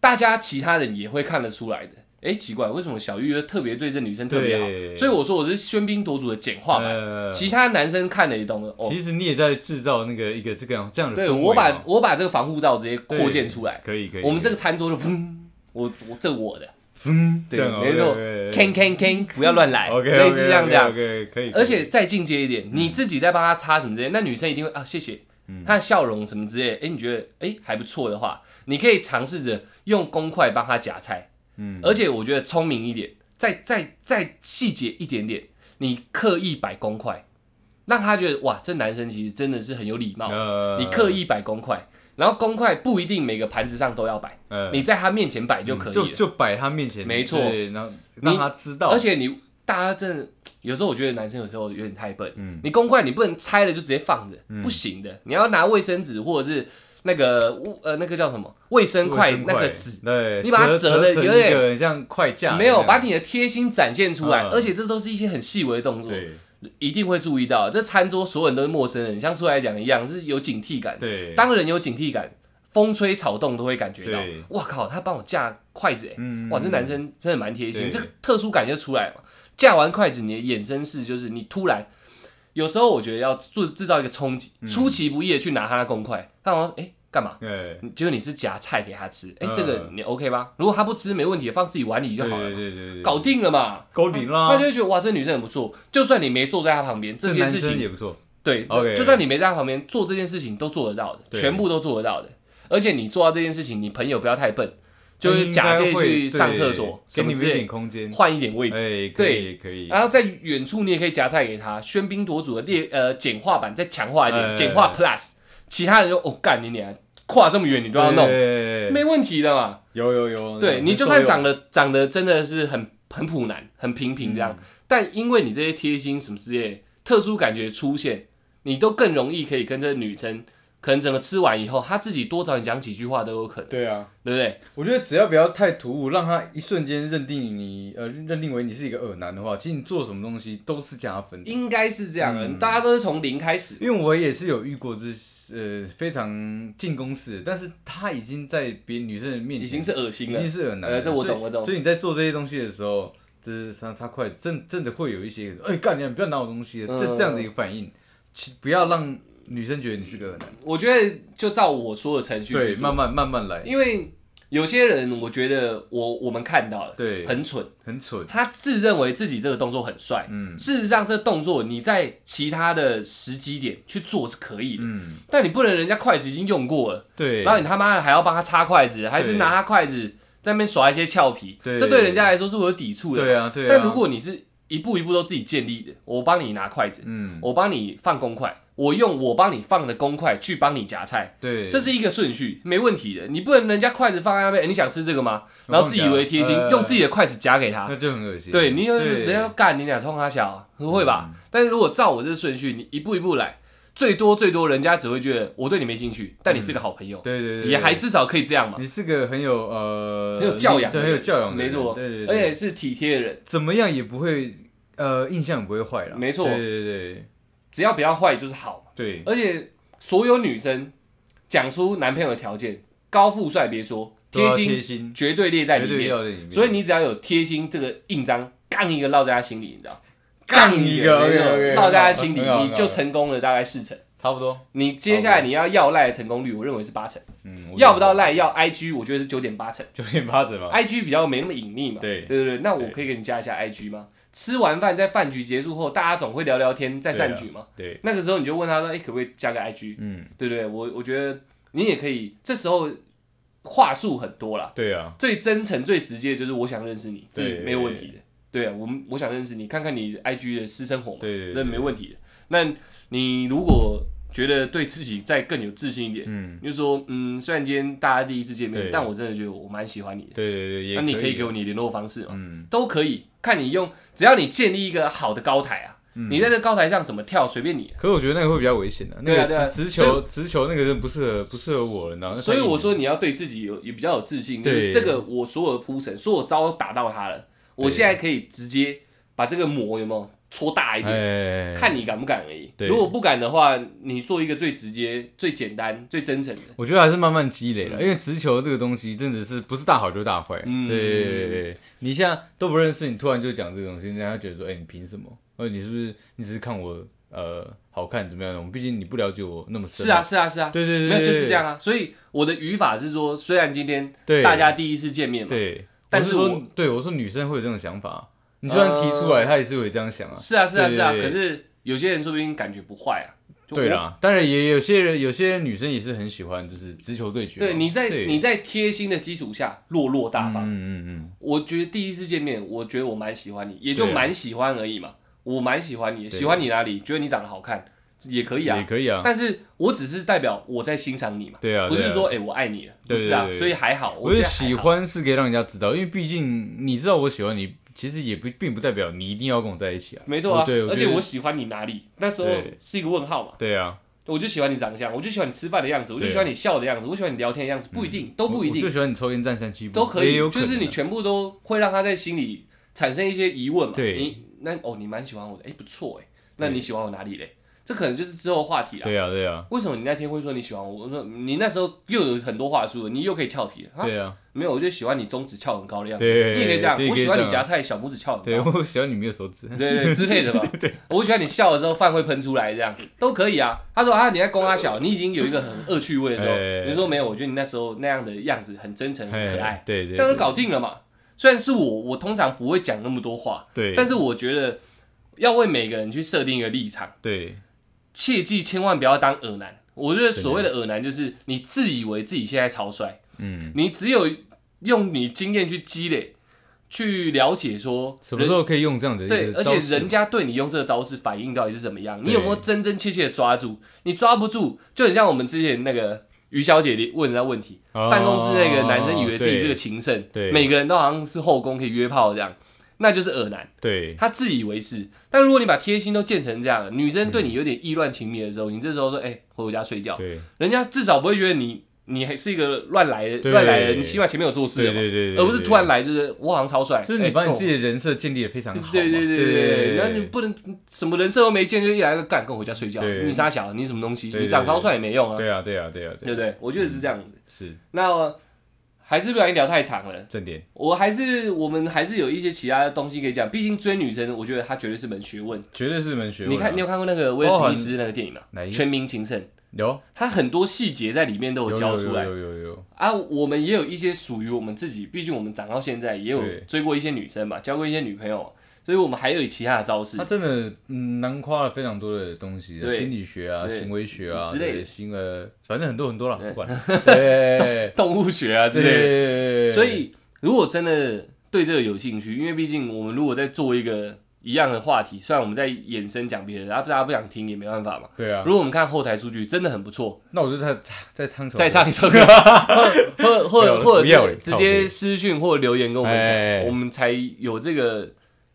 A: 大家其他人也会看得出来的。哎、奇怪，为什么小玉特别对这女生特别
B: 对
A: 好？所以我说我是喧宾夺主的简化版，
B: 呃
A: 其他男生看了也懂了。哦，
B: 其实你也在制造那个一个这个这样的
A: 对
B: 氛围啊
A: 我把
B: 嘛
A: 我把这个防护罩直接扩建出来，
B: 可以可以，
A: 我们这
B: 个
A: 个餐桌就嗡，我我这我的，
B: 嗯
A: 对，没错，can can can，不要乱来
B: OK
A: 类似这样讲。
B: OK 可以，
A: 而且再进阶一
B: 嗯
A: 点，你自己在帮他擦什么之类，那女生一定会啊谢谢，她的笑容什么之类，哎、你觉得哎、诶还不错的话，你可以尝试着用公筷帮她夹菜，
B: 嗯
A: 而且我觉得聪明一点，再再再细节一点点，你刻意摆公筷，让她觉得哇这男生其实真的是很有礼貌，
B: 呃
A: 你刻意摆公筷，然后公筷不一定每个盘子上都要摆，
B: 呃
A: 你在他面前摆就可以了，
B: 嗯就就摆他面前，
A: 没错
B: 对然后让他知道，
A: 而且你大家真的有时候我觉得男生有时候有点太笨，
B: 嗯
A: 你公筷你不能拆了就直接放着，不行的，你要拿卫生纸或者是那个呃那个叫什么卫生筷
B: 卫生
A: 那个纸，
B: 对，
A: 你把它折
B: 折
A: 得
B: 成
A: 有
B: 一
A: 点
B: 个像筷架，
A: 没有把你的贴心展现出来，
B: 嗯
A: 而且这都是一些很细微的动作，
B: 对
A: 一定会注意到。这餐桌所有人都是陌生人，像出来讲一样是有警惕感，
B: 对，
A: 当人有警惕感。风吹草动都会感觉到
B: 对，
A: 哇靠，他帮我架筷子哎、
B: 嗯
A: 哇，这男生真的蛮贴心，
B: 对
A: 这个特殊感就出来了嘛。架完筷子，你的衍生式就是你突然，有时候我觉得要制制造一个冲击，
B: 嗯
A: 出其不意的去拿他的公筷，他好像哎干嘛？
B: 对
A: 结果你是夹菜给他吃，哎、
B: 嗯
A: 这个你 OK 吧？如果他不吃没问题，放自己碗里就
B: 对
A: 好了
B: 对
A: 嘛，
B: 对对，啊
A: 搞定了嘛。
B: 勾顶啦，
A: 他就会觉得哇，这女生很不错。就算你没坐在她旁边，这些
B: 男
A: 事
B: 生
A: 情
B: 也不错，
A: 对
B: OK
A: 就算你没在他旁边做这件事情，都做得到的，
B: 对
A: 全部都做得到的。而且你做到这件事情，你朋友不要太笨，就是
B: 哎应
A: 假
B: 该
A: 借
B: 会
A: 去上
B: 对
A: 厕所，
B: 给
A: 什
B: 你
A: 么
B: 们
A: 之
B: 一点
A: 类，
B: 空间，
A: 换一点位置。
B: 哎，可
A: 对啊
B: 以可以，
A: 然后在远处你也可以夹菜给他，喧宾夺主的列呃简化版再强化一
B: 嗯哎
A: 点，简化 Plus，其他人就哦干你娘，跨这么远你都要弄，
B: 对
A: 没问题的嘛。
B: 有有有，
A: 对
B: 很
A: 你就算
B: 受用
A: 长得长得真的是很很普男、很平平这
B: 嗯
A: 样，但因为你这些贴心什么之类的特殊感觉出现，你都更容易可以跟这个女生，可能整个吃完以后，她自己多找你讲几句话都有可能，
B: 对啊，
A: 对不对？
B: 我觉得只要不要太突兀，让他一瞬间认定你，呃，认定为你是一个耳男的话，其实你做什么东西都是加分的。
A: 应该是这样的，
B: 嗯
A: 大家都是从零开始。
B: 因为我也是有遇过这呃非常进攻式的，但是他已经在别女生的面前
A: 已经是恶心
B: 已
A: 了
B: 经，是耳男了，
A: 呃这我
B: 所以
A: 懂我懂
B: 所以你在做这些东西的时候，就是擦擦筷子，真真的会有一些，哎、干你不要拿我东西，
A: 嗯
B: 这这样的一个反应，其不要让女生觉得你是个恶男，
A: 我觉得就照我说的程序去
B: 对，
A: 做，
B: 慢慢慢慢来，
A: 因为有些人我觉得我我们看到了，
B: 对
A: 很蠢，
B: 很蠢，
A: 他自认为自己这个动作很帅，
B: 嗯
A: 事实上这动作你在其他的时机点去做是可以的，
B: 嗯，
A: 但你不能人家筷子已经用过了，
B: 对，啊
A: 然后你他妈的还要帮他擦筷子，还是拿他筷子在那边耍一些俏皮，
B: 对
A: 这对人家来说是有抵触的嘛。
B: 对啊对啊，
A: 但如果你是一步一步都自己建立的，我帮你拿筷子，
B: 嗯
A: 我帮你放公筷，我用我帮你放的公筷去帮你夹菜，
B: 对，
A: 这是一个顺序，没问题的。你不能人家筷子放在那边，哎诶你想吃这个吗？
B: 我
A: 然后自以为贴心
B: 帮你，夹
A: 用自己的筷子夹给他。
B: 那就很恶心，
A: 对，你就是
B: 对嗯
A: 人家要干你俩冲他小，不会吧？但是如果照我这顺序，你一步一步来，最多最多人家只会觉得我对你没兴趣，但你是个好朋友，
B: 对对对，
A: 也还
B: 对
A: 至少可以这样嘛，
B: 你是个很有呃
A: 很有教养的
B: 对，
A: 人，
B: 很有教养的
A: 没
B: 人，
A: 错，
B: 对对
A: 而
B: 对，
A: 且是体贴的人，
B: 怎么样也不会呃印象也不会坏了，
A: 没错
B: 对对对
A: 只要不要坏就是好。
B: 对对，
A: 而且所有女生讲出男朋友的条件，高富帅别说，
B: 都要
A: 贴
B: 啊贴
A: 心
B: 心
A: 绝对列在
B: 绝
A: 里
B: 对
A: 面。
B: 要在里面，
A: 所以你只要有贴心这个印章，杠一个烙在他心里，你知道？
B: 杠一个
A: 没错
B: OK，OK，
A: 烙在他心里
B: 很好很，好
A: 你就成功了大概四成。
B: 差不多，
A: 你接下来你要要赖的成功率，我认为是八成，
B: 嗯，我
A: 要不到赖要 IG，我觉得是九点八成。
B: 九点八折嘛，
A: IG 比较没那么隐秘嘛，
B: 对
A: 对对，那我
B: 对
A: 可以给你加一下 IG 吗？吃完饭在饭局结束后，大家总会聊聊天，再散局嘛。
B: 对，
A: 那个时候你就问他说：“哎、可不可以加个 IG？”
B: 嗯，
A: 对不对？我我觉得你也可以，这时候话术很多啦，
B: 对啊，
A: 最真诚、最直接就是我想认识你，这
B: 对
A: 没有问题的。对啊，我们我想认识你，看看你 IG 的私生活嘛，
B: 对对对
A: 这没问题的。那你如果觉得对自己再更有自信一点，
B: 嗯，
A: 你就说，嗯，虽然今天大家第一次见面
B: 对，
A: 但我真的觉得我蛮喜欢你的。
B: 对对对，也啊
A: 那你可以给
B: 我，
A: 我你联络方式嘛，
B: 嗯，
A: 都可以，看你用，只要你建立一个好的高台啊，你在这高台上怎么跳，随便你。
B: 可是我觉嗯得那个会比较危险的，那
A: 对啊对
B: 个
A: 啊
B: 直直球直球那个人不适合不适合我，你知道吗？那
A: 所以
B: 太硬
A: 我
B: 了
A: 说你要对自己有也比较有自信，就
B: 对
A: 是这个我所有的铺陈，所有招打到他了，我现在可以直接把这个膜有没有搓大一
B: 哎
A: 点，
B: 哎，哎
A: 看你敢不敢而已。
B: 对
A: 如果不敢的话，你做一个最直接、最简单、最真诚的。
B: 我觉得还是慢慢积累了，因为直球这个东西真的是不是大好就是大坏。
A: 嗯
B: 对对对对，你现在都不认识，你突然就讲这个东西，人家觉得说，哎、你凭什么？呃，你是不是你只是看我呃好看怎么样的？我们毕竟你不了解我那么深。
A: 是啊，，是啊，是啊，
B: 对对对，
A: 没有就是这样
B: 啊。
A: 啊。所以我的语法是说，虽然今天
B: 对，
A: 大家第一次见面嘛，
B: 对，
A: 但
B: 我是
A: 是
B: 说
A: 我
B: 对我说女生会有这种想法，你就算提出来，
A: 呃
B: 她也是会这样想啊。
A: 是啊，是啊，
B: 对
A: 是啊。
B: 对对
A: 可是有些人说不定感觉不坏啊。就
B: 对
A: 我
B: 啦，当然也有些人，有些女生也是很喜欢就是直球对决嘛。
A: 对，你在
B: 对
A: 你在贴心的基础下落落大方
B: 嗯，嗯嗯，
A: 我觉得第一次见面，我觉得我蛮喜欢你，也就
B: 对啊
A: 蛮喜欢而已嘛。我蛮喜欢你，
B: 对
A: 喜欢你哪里？觉得你长得好看也可以
B: 也
A: 啊，
B: 可以啊。
A: 但是我只是代表我在欣赏你嘛，
B: 对啊，
A: 不
B: 对
A: 是
B: 啊
A: 说哎、我爱你了，不
B: 对
A: 是啊
B: 对，对
A: 所以还好，
B: 我
A: 觉
B: 是
A: 得还好
B: 喜，欢是可以让人家知道，因为毕竟你知道我喜欢你，其实也不并不代表你一定要跟我在一起啊。
A: 没错啊
B: 对，我觉得
A: 而且我喜欢你哪里？那时候
B: 对
A: 是一个问号嘛，
B: 对啊，
A: 我就喜欢你长相，我就喜欢你吃饭的样子，我就
B: 对啊嗯
A: 喜欢你笑的样子，我喜欢你聊天的样子，不一定都不一
B: 我我就
A: 定
B: 喜欢你抽烟站三七步，
A: 都可以
B: 也有，
A: 就
B: 可能啊
A: 是你全部都会让他在心里产生一些疑问嘛。
B: 对
A: 你那哦，你蛮喜欢我的，哎，不错哎，那
B: 对
A: 你喜欢我哪里嘞？这可能就是之后的话题啦。
B: 对啊，对啊，
A: 为什么你那天会说你喜欢我？我说你那时候又有很多话术了，你又可以俏皮了啊？
B: 对啊，
A: 没有，我就喜欢你中指翘很高的样子。
B: 对，
A: 你也可以这样，
B: 对
A: 我喜欢你夹
B: 啊，
A: 菜小拇指翘很
B: 对
A: 高，
B: 我喜欢你没有手 *laughs* 指，
A: 对对之类的吧。我喜欢你笑的时候饭会喷出来，这样都可以啊。他说啊，你在攻他小，你已经有一个很恶趣味的时
B: 哎
A: 候，你说没有，我觉得你那时候那样的样子很真诚、很可
B: 哎
A: 爱，，
B: 对对，
A: 这样就
B: 对
A: 搞定了嘛。虽然是我，我通常不会讲那么多话，
B: 对，
A: 但
B: 是
A: 是我觉得要为每个人去设定一个立场。
B: 对
A: 切记千万不要当恶男。我觉得所谓的恶男，就是你自以为自己现在超帅，
B: 嗯，
A: 你只有用你经验去积累，去了解说
B: 什么
A: 人
B: 时候可以用这样的一
A: 对，
B: 个
A: 而
B: 招
A: 且
B: 式啊
A: 人家对你用这个招式反应到底是怎么样，你
B: 对
A: 有没有真真切切的抓住？你抓不住，就很像我们之前那个于小姐问人家问题，
B: 哦
A: 办公室那个男生以为自己是
B: 对
A: 个情圣，
B: 对
A: 每个人都好像是后宫可以约炮这样，那就是恶男。
B: 对
A: 他自以为是。但如果你把贴心都建成这样了，女生对你有点意乱情迷的时候，你这时候说：“哎、回我家睡觉。
B: 嗯对”
A: 人家至少不会觉得你你还是一个乱来的
B: 对
A: 乱来的人，你起码前面有做事
B: 对
A: 的嘛，
B: 对对，对
A: 而不是突然，来就是我好像超帅，
B: 对就是你
A: 哎
B: 把你
A: 跟我
B: 自己的人设建立的非常好嘛，
A: 对对
B: 对
A: 对对对，那你不能什么人设都没见就一来个干跟我回家睡觉，
B: 对
A: 你傻小，你什么东西，
B: 对对
A: 你长超帅也没用啊，
B: 对啊，对啊，对啊，
A: 对不对？我觉得是这样子。
B: 是，
A: 那还是不小心聊太长了。
B: 正点，
A: 我还是我们还是有一些其他的东西可以讲，毕竟追女生，我觉得它绝对是门学问。
B: 绝对是门学问啊。
A: 你看，你有看过那个威尔史密斯那个电影吗？
B: 哪一个
A: 全民情圣》，
B: 有
A: 它很多细节在里面都有
B: 有
A: 教
B: 有
A: 出
B: 有
A: 来
B: 有有有，
A: 啊。我们也有一些属于我们自己，毕竟我们长到现在也有
B: 对
A: 追过一些女生嘛，交过一些女朋友，所以我们还有其他的招式
B: 他。真的嗯囊括了非常多的东西啊，
A: 对
B: 心理学啊、
A: 对
B: 行为学啊
A: 之类的
B: 对行呃，反正很多很多啦，
A: 对
B: 不管。对
A: *laughs* 动物学啊之类的，
B: 对，
A: 所以如果真的对这个有兴趣，因为毕竟我们如果在做一个一样的话题，虽然我们在衍生讲别的，然后大家不想听也没办法嘛。
B: 对啊
A: 如，果我们看后台数据，真的很不错，
B: 那我就再再唱首歌
A: 再唱一首歌， *laughs* 或或
B: 对
A: 或
B: 我
A: 或
B: 不要
A: 者
B: 欸
A: 是直
B: 靠
A: 接
B: 北
A: 私讯或留言跟我们
B: 哎哎哎
A: 讲，我们才有这个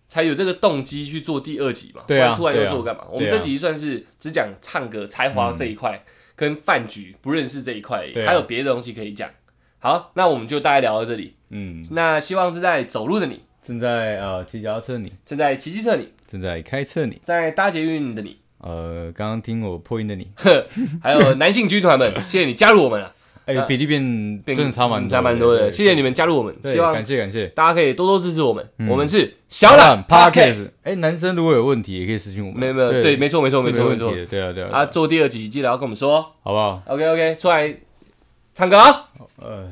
A: 才有这个动机去做第二集嘛。
B: 对
A: 不然
B: 啊
A: 突然
B: 对
A: 又
B: 啊
A: 做干嘛？我们
B: 对
A: 这
B: 啊
A: 集算是只讲唱歌才华这一块，跟饭局不认识这一块而已，
B: 对啊
A: 还有别的东西可以讲。好，那我们就大概聊到这里。
B: 嗯，
A: 那希望正在走路的你，
B: 正在呃骑脚踏车你，
A: 正在骑机车的你，
B: 正在开车你，
A: 在搭捷运的
B: *laughs*
A: 你，
B: 呃，刚刚听我破音
A: *laughs*
B: 的你，
A: 还有男性军团们，谢谢你加入我们了，
B: 哎
A: 那，
B: 比例变
A: 啊变嗯
B: 真的差蛮
A: 差蛮多的，谢谢你
B: 们，
A: 们加入我们，
B: 对
A: 希望
B: 感谢感谢。
A: 大家可以多多支持我们，
B: 嗯
A: 我们是小
B: 懒
A: 懒 Podcast，
B: 哎，男生如果有问题也可以私信我们。
A: 没有没有对，没错没错
B: 是
A: 没错没
B: 问
A: 错
B: 题的，对啊对
A: 啊，
B: 啊，
A: 做第二集记得要跟我们说
B: 好不好？
A: ，OK OK，出来唱歌啊。
B: 呃。